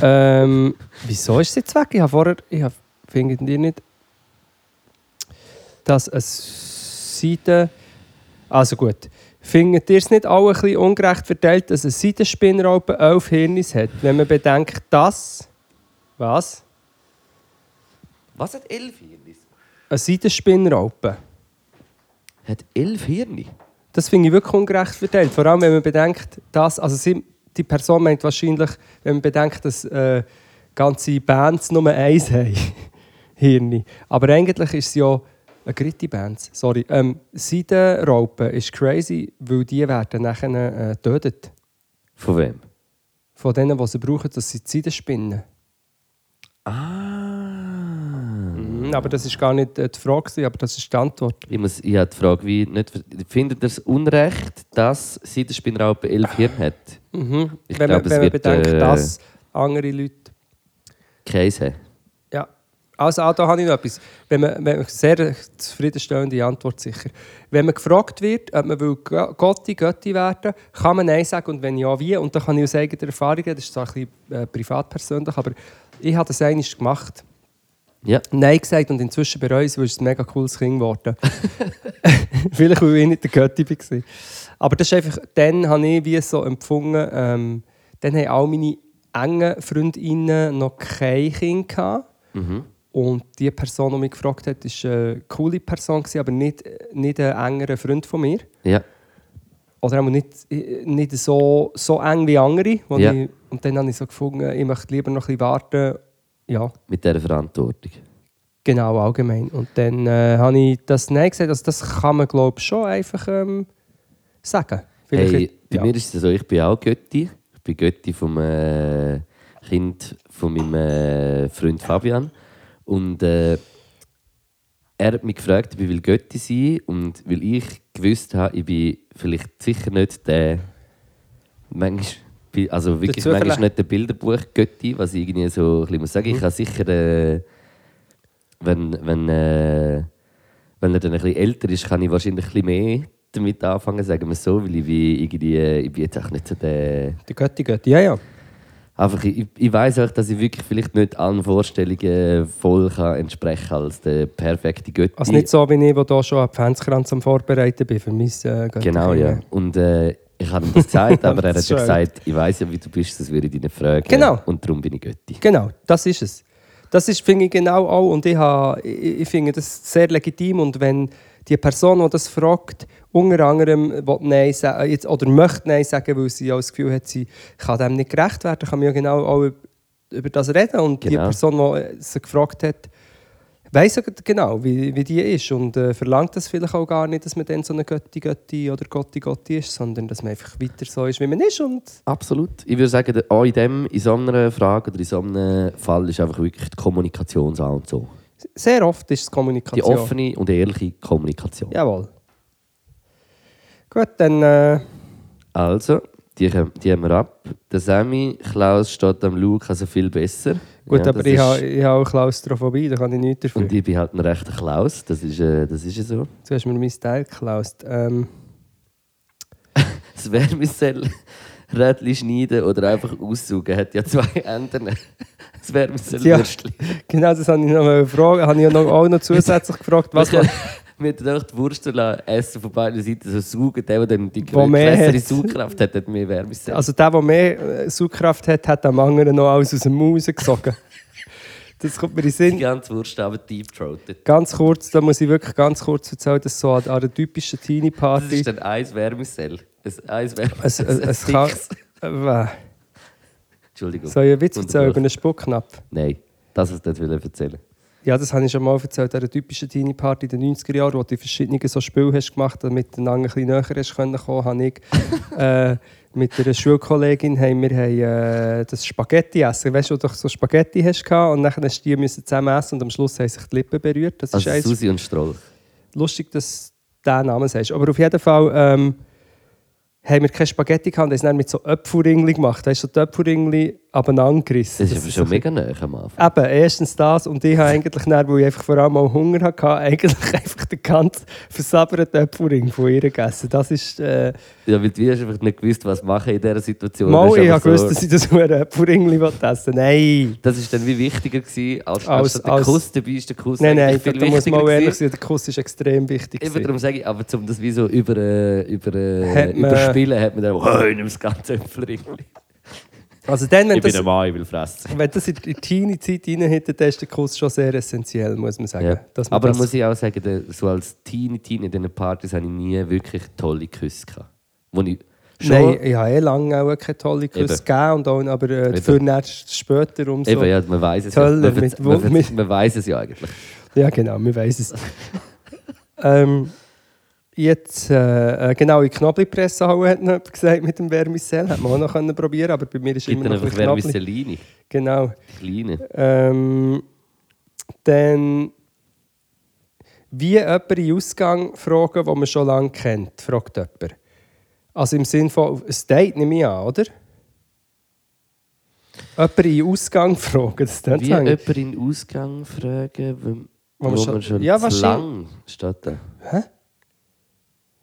Speaker 3: ähm, wieso ist es jetzt weg? Ich habe vorher. Ich habe, findet ihr nicht. Dass eine Seite. Also gut. Findet ihr es nicht auch ein bisschen ungerecht verteilt, dass eine Seidenspinnraupe elf Hirnis hat, wenn man bedenkt, dass. Was?
Speaker 2: Was hat elf Hirni?
Speaker 3: Eine Seidenspinnraupe.
Speaker 2: Hat elf Hirni?
Speaker 3: Das finde ich wirklich ungerecht verteilt. Vor allem, wenn man bedenkt, dass. Also sie, die Person meint wahrscheinlich, wenn man bedenkt, dass äh, ganze Bands nur eins haben. Hirni. Aber eigentlich ist es ja eine gritte Band. Sorry. Ähm, Seidenraupen ist crazy, weil die werden nachher äh, getötet.
Speaker 2: Von wem?
Speaker 3: Von denen, die sie brauchen, dass sie die Seiden spinnen.
Speaker 2: Ah.
Speaker 3: Mhm, Aber das ist gar nicht äh, die Frage, gewesen, aber das ist die Antwort.
Speaker 2: Ich, muss, ich habe die Frage, wie nicht. ver- Findet ihr es unrecht, dass Seidenspinnraupe elf Hirn hat?
Speaker 3: Mhm.
Speaker 2: Ich
Speaker 3: wenn man,
Speaker 2: glaube, es
Speaker 3: wenn man
Speaker 2: wird,
Speaker 3: bedenkt,
Speaker 2: äh,
Speaker 3: dass andere Leute
Speaker 2: Käse.
Speaker 3: Ja. Also auch da habe ich noch etwas. Wenn man, wenn man, sehr zufriedenstellende Antwort sicher. Wenn man gefragt wird, ob man will Go- Gotti, Götti werden kann man Nein sagen und wenn ja, wie. Und da kann ich aus eigener Erfahrung reden, das ist zwar ein bisschen äh, privatpersönlich, aber ich habe das einmal gemacht.
Speaker 2: Ja.
Speaker 3: Nein gesagt und inzwischen bereue ich es, weil es ist ein mega cooles Kind geworden. Vielleicht, weil ich nicht der Götti war. Aber das ist einfach, dann habe ich wie so empfunden, ähm, dann haben auch meine engen Freundinnen noch kein Kind gehabt.
Speaker 2: Mhm.
Speaker 3: Und die Person, die mich gefragt hat, war eine coole Person, gewesen, aber nicht, nicht ein engerer Freund von mir.
Speaker 2: Ja.
Speaker 3: Oder auch nicht, nicht so, so eng wie andere. wo
Speaker 2: Ja.
Speaker 3: Ich, und dann habe ich so gefunden, ich möchte lieber noch ein bisschen warten. Ja.
Speaker 2: Mit dieser Verantwortung.
Speaker 3: Genau, allgemein. Und dann äh, habe ich das Nein gesagt. Also das kann man, glaube ich, schon einfach ähm, sagen.
Speaker 2: Hey, bei
Speaker 3: ja.
Speaker 2: mir ist es so, ich bin auch Götti. Ich bin Götti vom äh, Kind von meinem äh, Freund Fabian. Und äh, er hat mich gefragt, ob ich will Götti sein Und weil ich gewusst habe, ich bin vielleicht sicher nicht der. Manchmal, bin- also wirklich
Speaker 3: Zögerle-
Speaker 2: manchmal nicht der Bilderbuch Götti, was ich irgendwie so ein bisschen muss sagen. Ich habe sicher, äh, wenn, wenn, äh, wenn er dann ein bisschen älter ist, kann ich wahrscheinlich ein bisschen mehr damit anfangen, sagen wir es so, weil ich bin irgendwie, äh, ich bin jetzt auch nicht so der
Speaker 3: Der Götti Götti, ja, ja.
Speaker 2: Einfach, ich, ich weiß auch, dass ich wirklich vielleicht nicht allen Vorstellungen voll kann entsprechen als der perfekte Götti.
Speaker 3: Also nicht so wie ich, der hier schon am Fanskranz am Vorbereiten bin für mein äh, Götti.
Speaker 2: genau, ja. Und äh, ich habe ihm das gesagt, aber er hat
Speaker 3: Das
Speaker 2: schon
Speaker 3: ist
Speaker 2: gesagt, ich weiß ja, wie du bist, das würde ich dich fragen.
Speaker 3: Genau.
Speaker 2: Und darum bin ich Götti.
Speaker 3: Genau, das ist es. Das ist, finde ich genau auch. Und ich, habe, ich, ich finde das sehr legitim. Und wenn die Person, die das fragt, unter anderem will Nein sa- äh, jetzt, oder möchte Nein sagen, weil sie auch das Gefühl hat, sie kann dem nicht gerecht werden, kann man ja genau auch über, über das reden. Und die
Speaker 2: Genau.
Speaker 3: Person, die äh, sie gefragt hat, weiss ja genau, wie, wie die ist. Und äh, verlangt das vielleicht auch gar nicht, dass man dann so eine Götti-Götti oder Gotti-Gotti ist, sondern dass man einfach weiter so ist, wie man ist. Und
Speaker 2: Absolut. Ich würde sagen, der- auch in, dem, in so einer Frage oder in so einem Fall ist einfach wirklich die Kommunikation so und so.
Speaker 3: sehr oft ist es
Speaker 2: Die
Speaker 3: Kommunikation.
Speaker 2: offene und ehrliche Kommunikation.
Speaker 3: Jawohl. Gut, dann. Äh,
Speaker 2: Also, die, haben- die haben wir ab. Der Sammy Klaus steht am Luke also viel besser.
Speaker 3: gut,
Speaker 2: Ja,
Speaker 3: aber
Speaker 2: das
Speaker 3: ich
Speaker 2: ist-
Speaker 3: habe ich habe auch Klaustrophobie, da kann ich nichts dafür.
Speaker 2: Und ich bin halt ein rechter Klaus, das ist, äh, das ist ja so.
Speaker 3: Du hast mir mein Teil geklaust. Ähm,
Speaker 2: Das Wärmesell Rädchen schneiden oder einfach aussaugen, hat ja zwei Enden. Das Wärmesell
Speaker 3: Ja.
Speaker 2: Würstchen.
Speaker 3: genau, das habe ich noch mal gefragt. Habe ich ja noch, auch noch zusätzlich gefragt, was
Speaker 2: Wir
Speaker 3: man,
Speaker 2: können- Wir hätten einfach die Wurst lassen, essen von beiden Seiten, so saugen, der, der dann die
Speaker 3: Wo
Speaker 2: grö-
Speaker 3: mehr
Speaker 2: größere
Speaker 3: hat.
Speaker 2: Saugkraft hat, hat mehr Wärmesell.
Speaker 3: Also der, der mehr äh, Saugkraft hat, hat am anderen noch alles aus dem Maus gesogen. das kommt mir in den Sinn.
Speaker 2: die ganze Wurst aber deep throated.
Speaker 3: Ganz kurz, da muss ich wirklich ganz kurz erzählen, dass so an, an einer typischen
Speaker 2: Das
Speaker 3: Teenie-Party.
Speaker 2: ist dann ein Wärmesell. Ein, ein
Speaker 3: Es,
Speaker 2: Wärmesell.
Speaker 3: es, es kann,
Speaker 2: dickes.
Speaker 3: äh,
Speaker 2: Entschuldigung.
Speaker 3: soll ich einen Witz erzählen über
Speaker 2: Unterbrochen.
Speaker 3: einen Spucknapf?
Speaker 2: Nein, das hast du nicht erzählen.
Speaker 3: Ja, das habe ich schon mal erzählt, dieser typischen Teenie-Party in den 90er Jahren, wo du die verschiedenen so Spiele hast gemacht damit du einander ein bisschen näher hast können kommen, habe ich äh, mit einer Schulkollegin haben wir haben, äh, das Spaghetti essen. Weißt du, wo du doch so Spaghetti hast gehabt und dann hast du die müssen zusammen essen und am Schluss haben sich die Lippen berührt. Das ist
Speaker 2: Also
Speaker 3: eins
Speaker 2: Susi und Stroll.
Speaker 3: lustig, dass du diesen Namen sagst. Aber auf jeden Fall ähm, haben wir keine Spaghetti gehabt und haben es dann mit so Öpfelringli gemacht. Hast du so die Öpfelringli abeinander gerissen?
Speaker 2: Das ist aber
Speaker 3: ist
Speaker 2: schon
Speaker 3: so ein
Speaker 2: mega nah am Anfang.
Speaker 3: Eben, erstens das und ich habe eigentlich dann, weil ich einfach vor allem auch Hunger hatte, eigentlich einfach den ganz versabberten Äpfelring von ihr gegessen. Das ist... Äh,
Speaker 2: Ja, weil du hast einfach nicht gewusst, was machen in dieser Situation. Das
Speaker 3: mal,
Speaker 2: ist
Speaker 3: ich
Speaker 2: aber
Speaker 3: habe gewusst, dass ich das verdammte Äpfelring essen will. Nein!
Speaker 2: Das ist dann wie wichtiger gewesen, als,
Speaker 3: Als-
Speaker 2: als, der
Speaker 3: als-
Speaker 2: Kuss dabei ist. Der Kuss
Speaker 3: Nein, nein,
Speaker 2: eigentlich
Speaker 3: da
Speaker 2: viel
Speaker 3: da muss
Speaker 2: wichtiger
Speaker 3: man auch ehrlich
Speaker 2: gewesen.
Speaker 3: sein, der Kuss ist extrem wichtig.
Speaker 2: Eben
Speaker 3: gewesen.
Speaker 2: darum sage ich, aber um das wie so über, äh, über, äh,
Speaker 3: Hat man-
Speaker 2: überspielen, hat man dann, oh, ich nehme das ganze Äpfelring.
Speaker 3: Also dann, wenn
Speaker 2: Ich bin
Speaker 3: das,
Speaker 2: ein Mann, ich will fressen.
Speaker 3: wenn das in die Teenie-Zeit rein hätte, dann ist der Kuss schon sehr essentiell, muss man sagen.
Speaker 2: Ja.
Speaker 3: Dass man
Speaker 2: Aber
Speaker 3: das,
Speaker 2: muss ich auch sagen, der- so als Teenie, Teenie in diesen Partys habe ich nie wirklich tolle Küsse gehabt. Wo ich schon,
Speaker 3: Nein, ich habe eh lange auch keine tolle Küsse
Speaker 2: Eben.
Speaker 3: gegeben, und auch, aber äh, dafür erst später umso...
Speaker 2: eben, ja, man weiß es
Speaker 3: Toller,
Speaker 2: ja. Man,
Speaker 3: mit-
Speaker 2: verz- man, verz-
Speaker 3: mit-
Speaker 2: man weiß es ja eigentlich.
Speaker 3: Ja, genau, wir wissen es. ähm, jetzt, äh, äh, genau, in Knoblauchpresshalle hat noch jemand gesagt, mit dem Vermicell. Hat man auch noch können probieren aber bei mir ist
Speaker 2: Gibt
Speaker 3: immer
Speaker 2: dann
Speaker 3: noch ein
Speaker 2: einfach
Speaker 3: bisschen
Speaker 2: Vermicellini,
Speaker 3: Knoblauch. Genau.
Speaker 2: die kleine.
Speaker 3: Ähm, dann, wie jemand in den Ausgang fragen, den man schon lange kennt, fragt jemand. Also im Sinne von, ein Date nehme ich an, oder? Jemand in den Ausgang fragen, das ist
Speaker 2: Wie jemand in den Ausgang fragen, wenn,
Speaker 3: Wo
Speaker 2: wo,
Speaker 3: man
Speaker 2: man
Speaker 3: schon-
Speaker 2: schon
Speaker 3: Ja,
Speaker 2: zu
Speaker 3: wahrscheinlich-
Speaker 2: lang steht. da.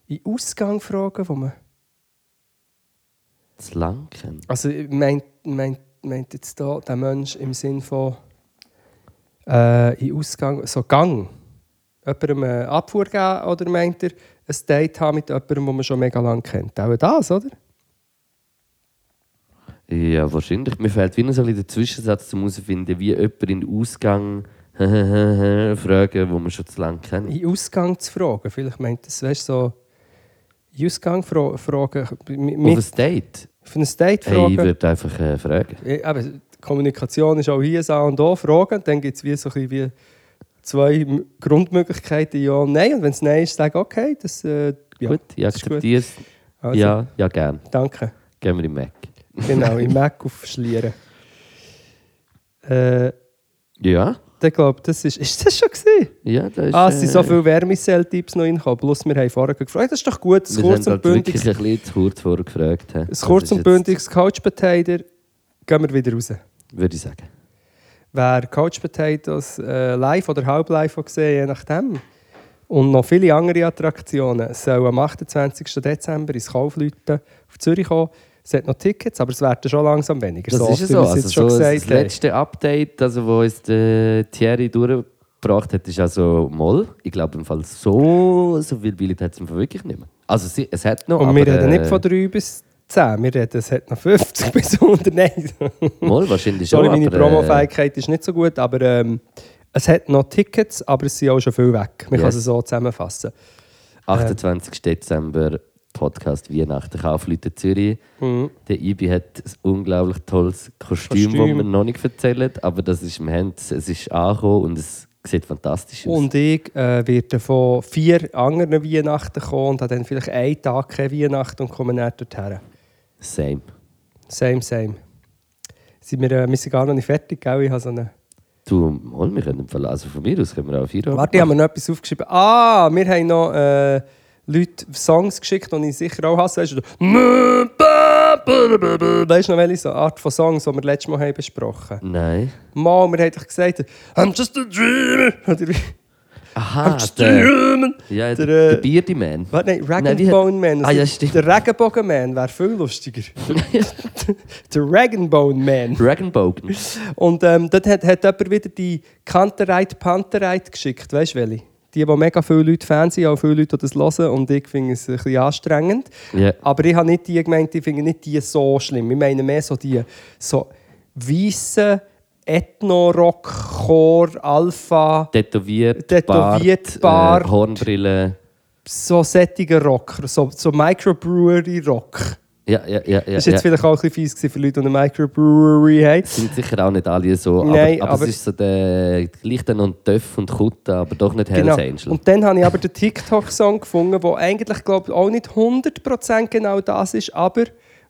Speaker 3: In den Ausgang fragen, wo man...
Speaker 2: Zu lang kennt.
Speaker 3: Also meint, meint, meint jetzt da der Mensch im Sinn von äh, in Ausgang, so Gang, jemandem eine Abfuhr geben oder meint er ein Date haben mit jemandem, den man schon mega lange kennt? Auch das, oder?
Speaker 2: Ja, wahrscheinlich. Mir fehlt wieder so ein bisschen der Zwischensatz zum herausfinden, wie jemand in den Ausgang fragen, wo man schon zu lang kennt.
Speaker 3: In Ausgang zu fragen, vielleicht meint das, weißt du, so in Ausgang fra fragen, mit,
Speaker 2: Auf
Speaker 3: mit,
Speaker 2: ein Date?
Speaker 3: für ein Date
Speaker 2: Hey, ich
Speaker 3: fragen.
Speaker 2: würde einfach äh, fragen.
Speaker 3: Ja, aber die Kommunikation ist auch hier ein A und O, Fragen. Dann gibt es wie so ein bisschen wie zwei M- Grundmöglichkeiten, ja und nein. Und wenn es nein ist, sage okay, das äh, ja.
Speaker 2: gut, ich
Speaker 3: das ist gut.
Speaker 2: akzeptiere es.
Speaker 3: Also,
Speaker 2: ja, ja, gern.
Speaker 3: Danke.
Speaker 2: Gehen wir im Mac.
Speaker 3: Genau, im Mac aufschlieren. Äh,
Speaker 2: Ja,
Speaker 3: dann glaube ich, das ist... Ist das schon gewesen?
Speaker 2: ja, das ist.
Speaker 3: Ah, es sind so
Speaker 2: äh,
Speaker 3: viele Wärmesell-Tipps noch reingekommen. Plus, wir haben vorher gefragt, das ist doch gut, das
Speaker 2: Wir haben
Speaker 3: kurz und
Speaker 2: halt
Speaker 3: bündig.
Speaker 2: wirklich ein bisschen zu kurz vorher gefragt. hä?
Speaker 3: Ein
Speaker 2: Das
Speaker 3: kurz
Speaker 2: ist
Speaker 3: und
Speaker 2: jetzt-
Speaker 3: bündiges Couch-Potater. Gehen wir wieder raus.
Speaker 2: Würde ich sagen.
Speaker 3: Wer Couch Potatoes äh, live oder halb live hat gesehen je nachdem. Und noch viele andere Attraktionen sollen am 28. Dezember ins Kaufleuten auf Zürich kommen. Es hat noch Tickets, aber es werden schon langsam weniger.
Speaker 2: Das ist
Speaker 3: oft,
Speaker 2: ja
Speaker 3: wie
Speaker 2: so.
Speaker 3: wir es
Speaker 2: Also
Speaker 3: jetzt schon
Speaker 2: so das
Speaker 3: gesagt haben.
Speaker 2: letzte Update, also wo uns der Thierry durchgebracht hat, ist also Moll. Ich glaube im Fall so, so viel Billet hat es im Fall wirklich nicht mehr. Also sie, es hat noch,
Speaker 3: Und
Speaker 2: aber,
Speaker 3: wir reden
Speaker 2: äh,
Speaker 3: nicht von 3 bis 10, wir reden, es hat noch 50 bis 100. Nein,
Speaker 2: Moll wahrscheinlich schon,
Speaker 3: sorry, meine
Speaker 2: aber, äh,
Speaker 3: Promo-Fähigkeit ist nicht so gut, aber ähm, es hat noch Tickets, aber es sind auch schon viel weg. Man kann
Speaker 2: Yes.
Speaker 3: es so zusammenfassen.
Speaker 2: 28. Dezember Podcast Weihnachten Kaufleute Zürich.
Speaker 3: Mhm.
Speaker 2: Der Ibi hat ein unglaublich tolles Kostüm,
Speaker 3: Kostüm.
Speaker 2: das wir noch nicht erzählen, aber das ist im Hand, es ist angekommen und es sieht fantastisch aus.
Speaker 3: Und ich äh, werde von vier anderen Weihnachten kommen und habe dann vielleicht einen Tag keine Weihnachten und komme dann dorthin.
Speaker 2: Same.
Speaker 3: Same, same. Sind wir, äh, wir sind gar noch nicht fertig, gell? Ich habe so eine...
Speaker 2: Du, Moll, wir können im Fall, also von mir aus können wir auch vier
Speaker 3: Warte, ich habe mir noch etwas aufgeschrieben. Ah, wir haben noch äh, Leute Songs geschickt, die ich sicher auch hasse. Weißt du, weißt du noch, welche so Art von Songs, die wir letztes Mal haben besprochen haben?
Speaker 2: Nein.
Speaker 3: Mal, wir haben doch gesagt, I'm just a dreamer. Oder wie?
Speaker 2: Aha, Ah, der,
Speaker 3: Dreamer.
Speaker 2: ja,
Speaker 3: der,
Speaker 2: der,
Speaker 3: äh,
Speaker 2: der Beardy Man.
Speaker 3: Warte, nein,
Speaker 2: Nein, die hat-
Speaker 3: Regenbone Man. Das
Speaker 2: Ah, ja,
Speaker 3: ist-
Speaker 2: stimmt.
Speaker 3: Der Regenbogen Man wäre viel lustiger. der Regenbone Man.
Speaker 2: Dragonbogen.
Speaker 3: Und ähm, dort hat, hat jemand wieder die Kanterite Panterite geschickt. Weißt du, welche? Die, die mega viele Leute Fan sind, auch viele Leute, die das hören. Und ich finde es ein bisschen anstrengend.
Speaker 2: Ja.
Speaker 3: Aber ich habe nicht die gemeint, ich finde nicht die so schlimm. Ich meine mehr so die so weißen Ethno-Rock-Chor-Alpha-
Speaker 2: Tätowiert,
Speaker 3: Tätowiert, Bart.
Speaker 2: Äh, Hornbrille.
Speaker 3: so sättiger Rock, so, so Microbrewery Rock.
Speaker 2: Ja, ja, ja. ja,
Speaker 3: Das war jetzt
Speaker 2: ja.
Speaker 3: vielleicht auch ein bisschen fies gewesen für Leute, die eine Microbrewery haben.
Speaker 2: sind sicher auch nicht alle so,
Speaker 3: Nein,
Speaker 2: aber, aber,
Speaker 3: aber-
Speaker 2: es ist so der gleich dann noch Töff und Kutte, aber doch nicht Hells Angel.
Speaker 3: Genau. Und dann habe ich aber den TikTok-Song gefunden, der eigentlich, glaube ich, auch nicht 100% genau das ist, aber...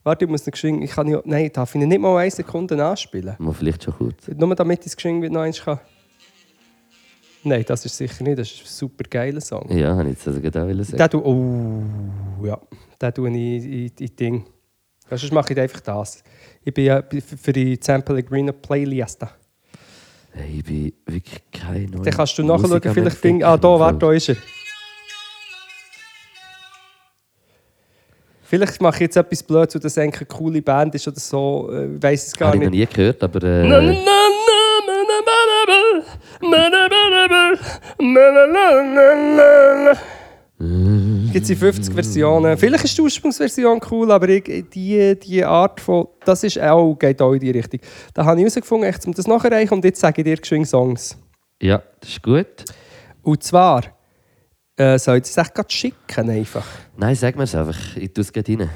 Speaker 3: Warte, ich muss noch geschwind... Ich kann ja... Nein, darf ich ihn nicht mal eine Sekunde anspielen?
Speaker 2: Mal vielleicht schon kurz.
Speaker 3: Nur damit ich es geschwind wieder noch eins kann. Nein, das ist sicher nicht. Das ist ein super geiler Song.
Speaker 2: Ja, habe ich jetzt also gerade auch wollen sagen.
Speaker 3: Den tue... Oh, ja. Den tue ich in, in, in Ding. Ja, sonst mache ich einfach das. Ich bin ja für- für die San Pellegrino Playlist.
Speaker 2: Hey, ich bin wirklich kein neuer.
Speaker 3: Dann kannst du
Speaker 2: Musiker
Speaker 3: nachschauen,
Speaker 2: mehr
Speaker 3: vielleicht
Speaker 2: finden.
Speaker 3: Ding... Ah, da, warte, da ist er. Vielleicht mache ich jetzt etwas Blödes, weil das eigentlich eine coole Band ist oder so. äh, Ich weiß es gar
Speaker 2: Habe ich noch
Speaker 3: nicht.
Speaker 2: nie gehört, aber. Äh,
Speaker 3: Gibt es Äh. in 50 Versionen. Vielleicht ist die Ursprungsversion cool, aber ich, die, die Art von... Das ist auch, geht auch in die Richtung. Da habe ich herausgefunden, echt, um das nachzureichen. Und jetzt sage ich dir geschwind Songs.
Speaker 2: Ja, das ist gut.
Speaker 3: Und zwar... Äh, soll ich das echt gerade schicken einfach?
Speaker 2: Nein, sag mir es einfach. Ich tue es gerade rein.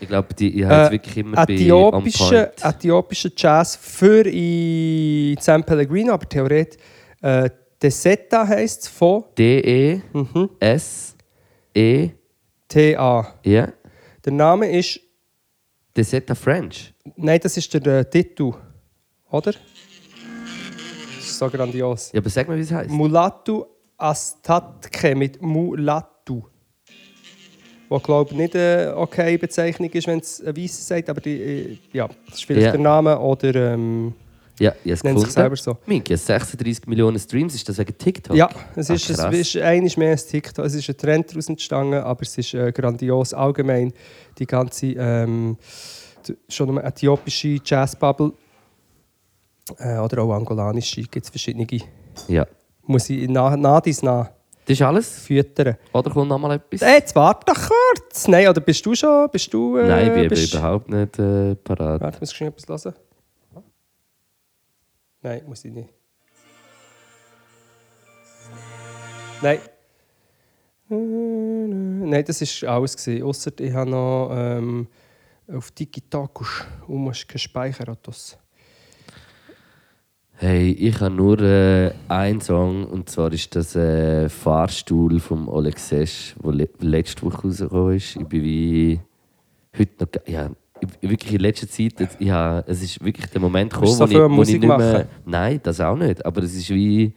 Speaker 2: Ich glaube, die, ich habe es
Speaker 3: Äh,
Speaker 2: wirklich immer
Speaker 3: äthiopische,
Speaker 2: bei On Point.
Speaker 3: äthiopische Jazz für in San Pellegrino, aber theoretisch äh, Desetta heisst es von mhm,
Speaker 2: D-E-S-E.
Speaker 3: TA.
Speaker 2: Ja.
Speaker 3: Der Name ist,
Speaker 2: Desetta French.
Speaker 3: nein, das ist der äh, Titel, oder? Das ist so grandios.
Speaker 2: Ja, aber sag mir, wie es heisst.
Speaker 3: Mulatu Astatke mit Mulatu. Was glaube ich nicht eine okay Bezeichnung ist, wenn es ein Weißer sagt, aber die, äh, ja, das ist vielleicht
Speaker 2: Ja.
Speaker 3: der Name oder ähm,
Speaker 2: Ja, ja, es
Speaker 3: Nennt sich selber so.
Speaker 2: Minky, 36 Millionen Streams, ist das wegen TikTok?
Speaker 3: Ja, es ist,
Speaker 2: Ah, krass.
Speaker 3: es ist eines mehr als TikTok. Es ist ein Trend daraus entstanden, aber es ist äh, grandios allgemein. Die ganze ähm, die- schon eine äthiopische Jazzbubble äh, oder auch angolanische gibt es verschiedene.
Speaker 2: ja.
Speaker 3: Muss ich na, nah dies nah
Speaker 2: Das ist alles?
Speaker 3: füttern.
Speaker 2: Oder kommt noch mal etwas?
Speaker 3: Hey, jetzt warte doch kurz! Nein, oder bist du schon? Bist du, äh,
Speaker 2: Nein, ich bin eben
Speaker 3: bist,
Speaker 2: überhaupt nicht äh, parat.
Speaker 3: Warte, muss ich schon etwas hören? Nein, muss ich nicht. Nein. Nein, das war alles. gewesen. Ausser ich habe noch ähm, auf Digitakus gespeichert. das.
Speaker 2: Hey, ich habe nur äh, einen Song und zwar ist das äh, Fahrstuhl vom Oleg Sesh, der le letzte Woche rausgekommen ist. Ich bin wie heute noch. ge- Ja, ich, wirklich in letzter Zeit. Jetzt, ich habe, es ist wirklich der Moment gekommen,
Speaker 3: musst so viel
Speaker 2: ich,
Speaker 3: Musik machen.
Speaker 2: Nein, das auch nicht. Aber es ist wie.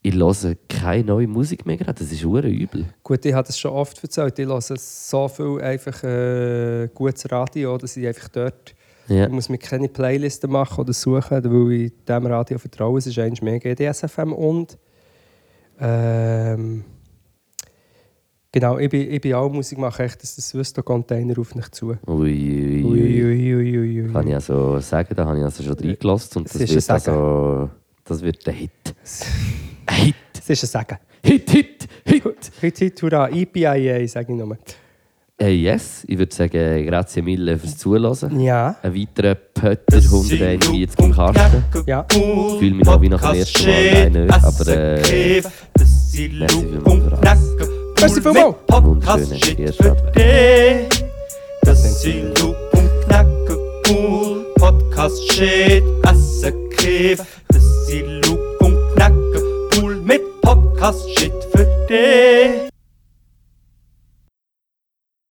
Speaker 2: Ich höre keine neue Musik mehr gerade. Das ist hure übel.
Speaker 3: Gut, ich habe das schon oft erzählt. Ich höre so viel einfach äh, gutes Radio, dass ich einfach dort.
Speaker 2: Ja.
Speaker 3: Ich muss mir keine Playlisten machen oder suchen, weil ich dem Radio vertraue. Es ist eins mehr GDSFM und ähm, genau, ich bin, ich bin auch Musik machen, echt, dass das wüsste Container auf mich zu.
Speaker 2: Ui, ui, ui.
Speaker 3: Ui, ui, ui, ui, ui. Äh,
Speaker 2: Kann ich also sagen, da habe ich also schon reingelassen und
Speaker 3: Es
Speaker 2: das
Speaker 3: ist ein
Speaker 2: wird
Speaker 3: Sagen.
Speaker 2: also. Das wird ein Hit. Ein Hit!
Speaker 3: Das ist ein Sagen.
Speaker 2: Hit, Hit, Hit!
Speaker 3: Heute, heute, hurra, E IPIA, sage ich nur.
Speaker 2: Äh, yes, ich würde sagen, grazie mille fürs Zuhören.
Speaker 3: Ja.
Speaker 2: Ein weiterer Pötter 141 im Kasten.
Speaker 3: Ja.
Speaker 2: Fühl mich noch wie nach dem ersten Mal. Nein, nicht, aber, äh,
Speaker 1: das sind
Speaker 2: merci
Speaker 1: Lug
Speaker 2: vielmals für
Speaker 1: und
Speaker 2: alles.
Speaker 1: Nacken.
Speaker 3: Merci
Speaker 1: Cool
Speaker 3: vielmals.
Speaker 1: mit Podcast
Speaker 2: Wunderschönen
Speaker 1: Shit
Speaker 2: ersten
Speaker 1: für
Speaker 2: Advent.
Speaker 1: dich. Das sind Lug und Knacken, cool Podcast Shit, Essen, Kiff. Das sind Lug und Knacken, cool mit Podcast Shit für dich.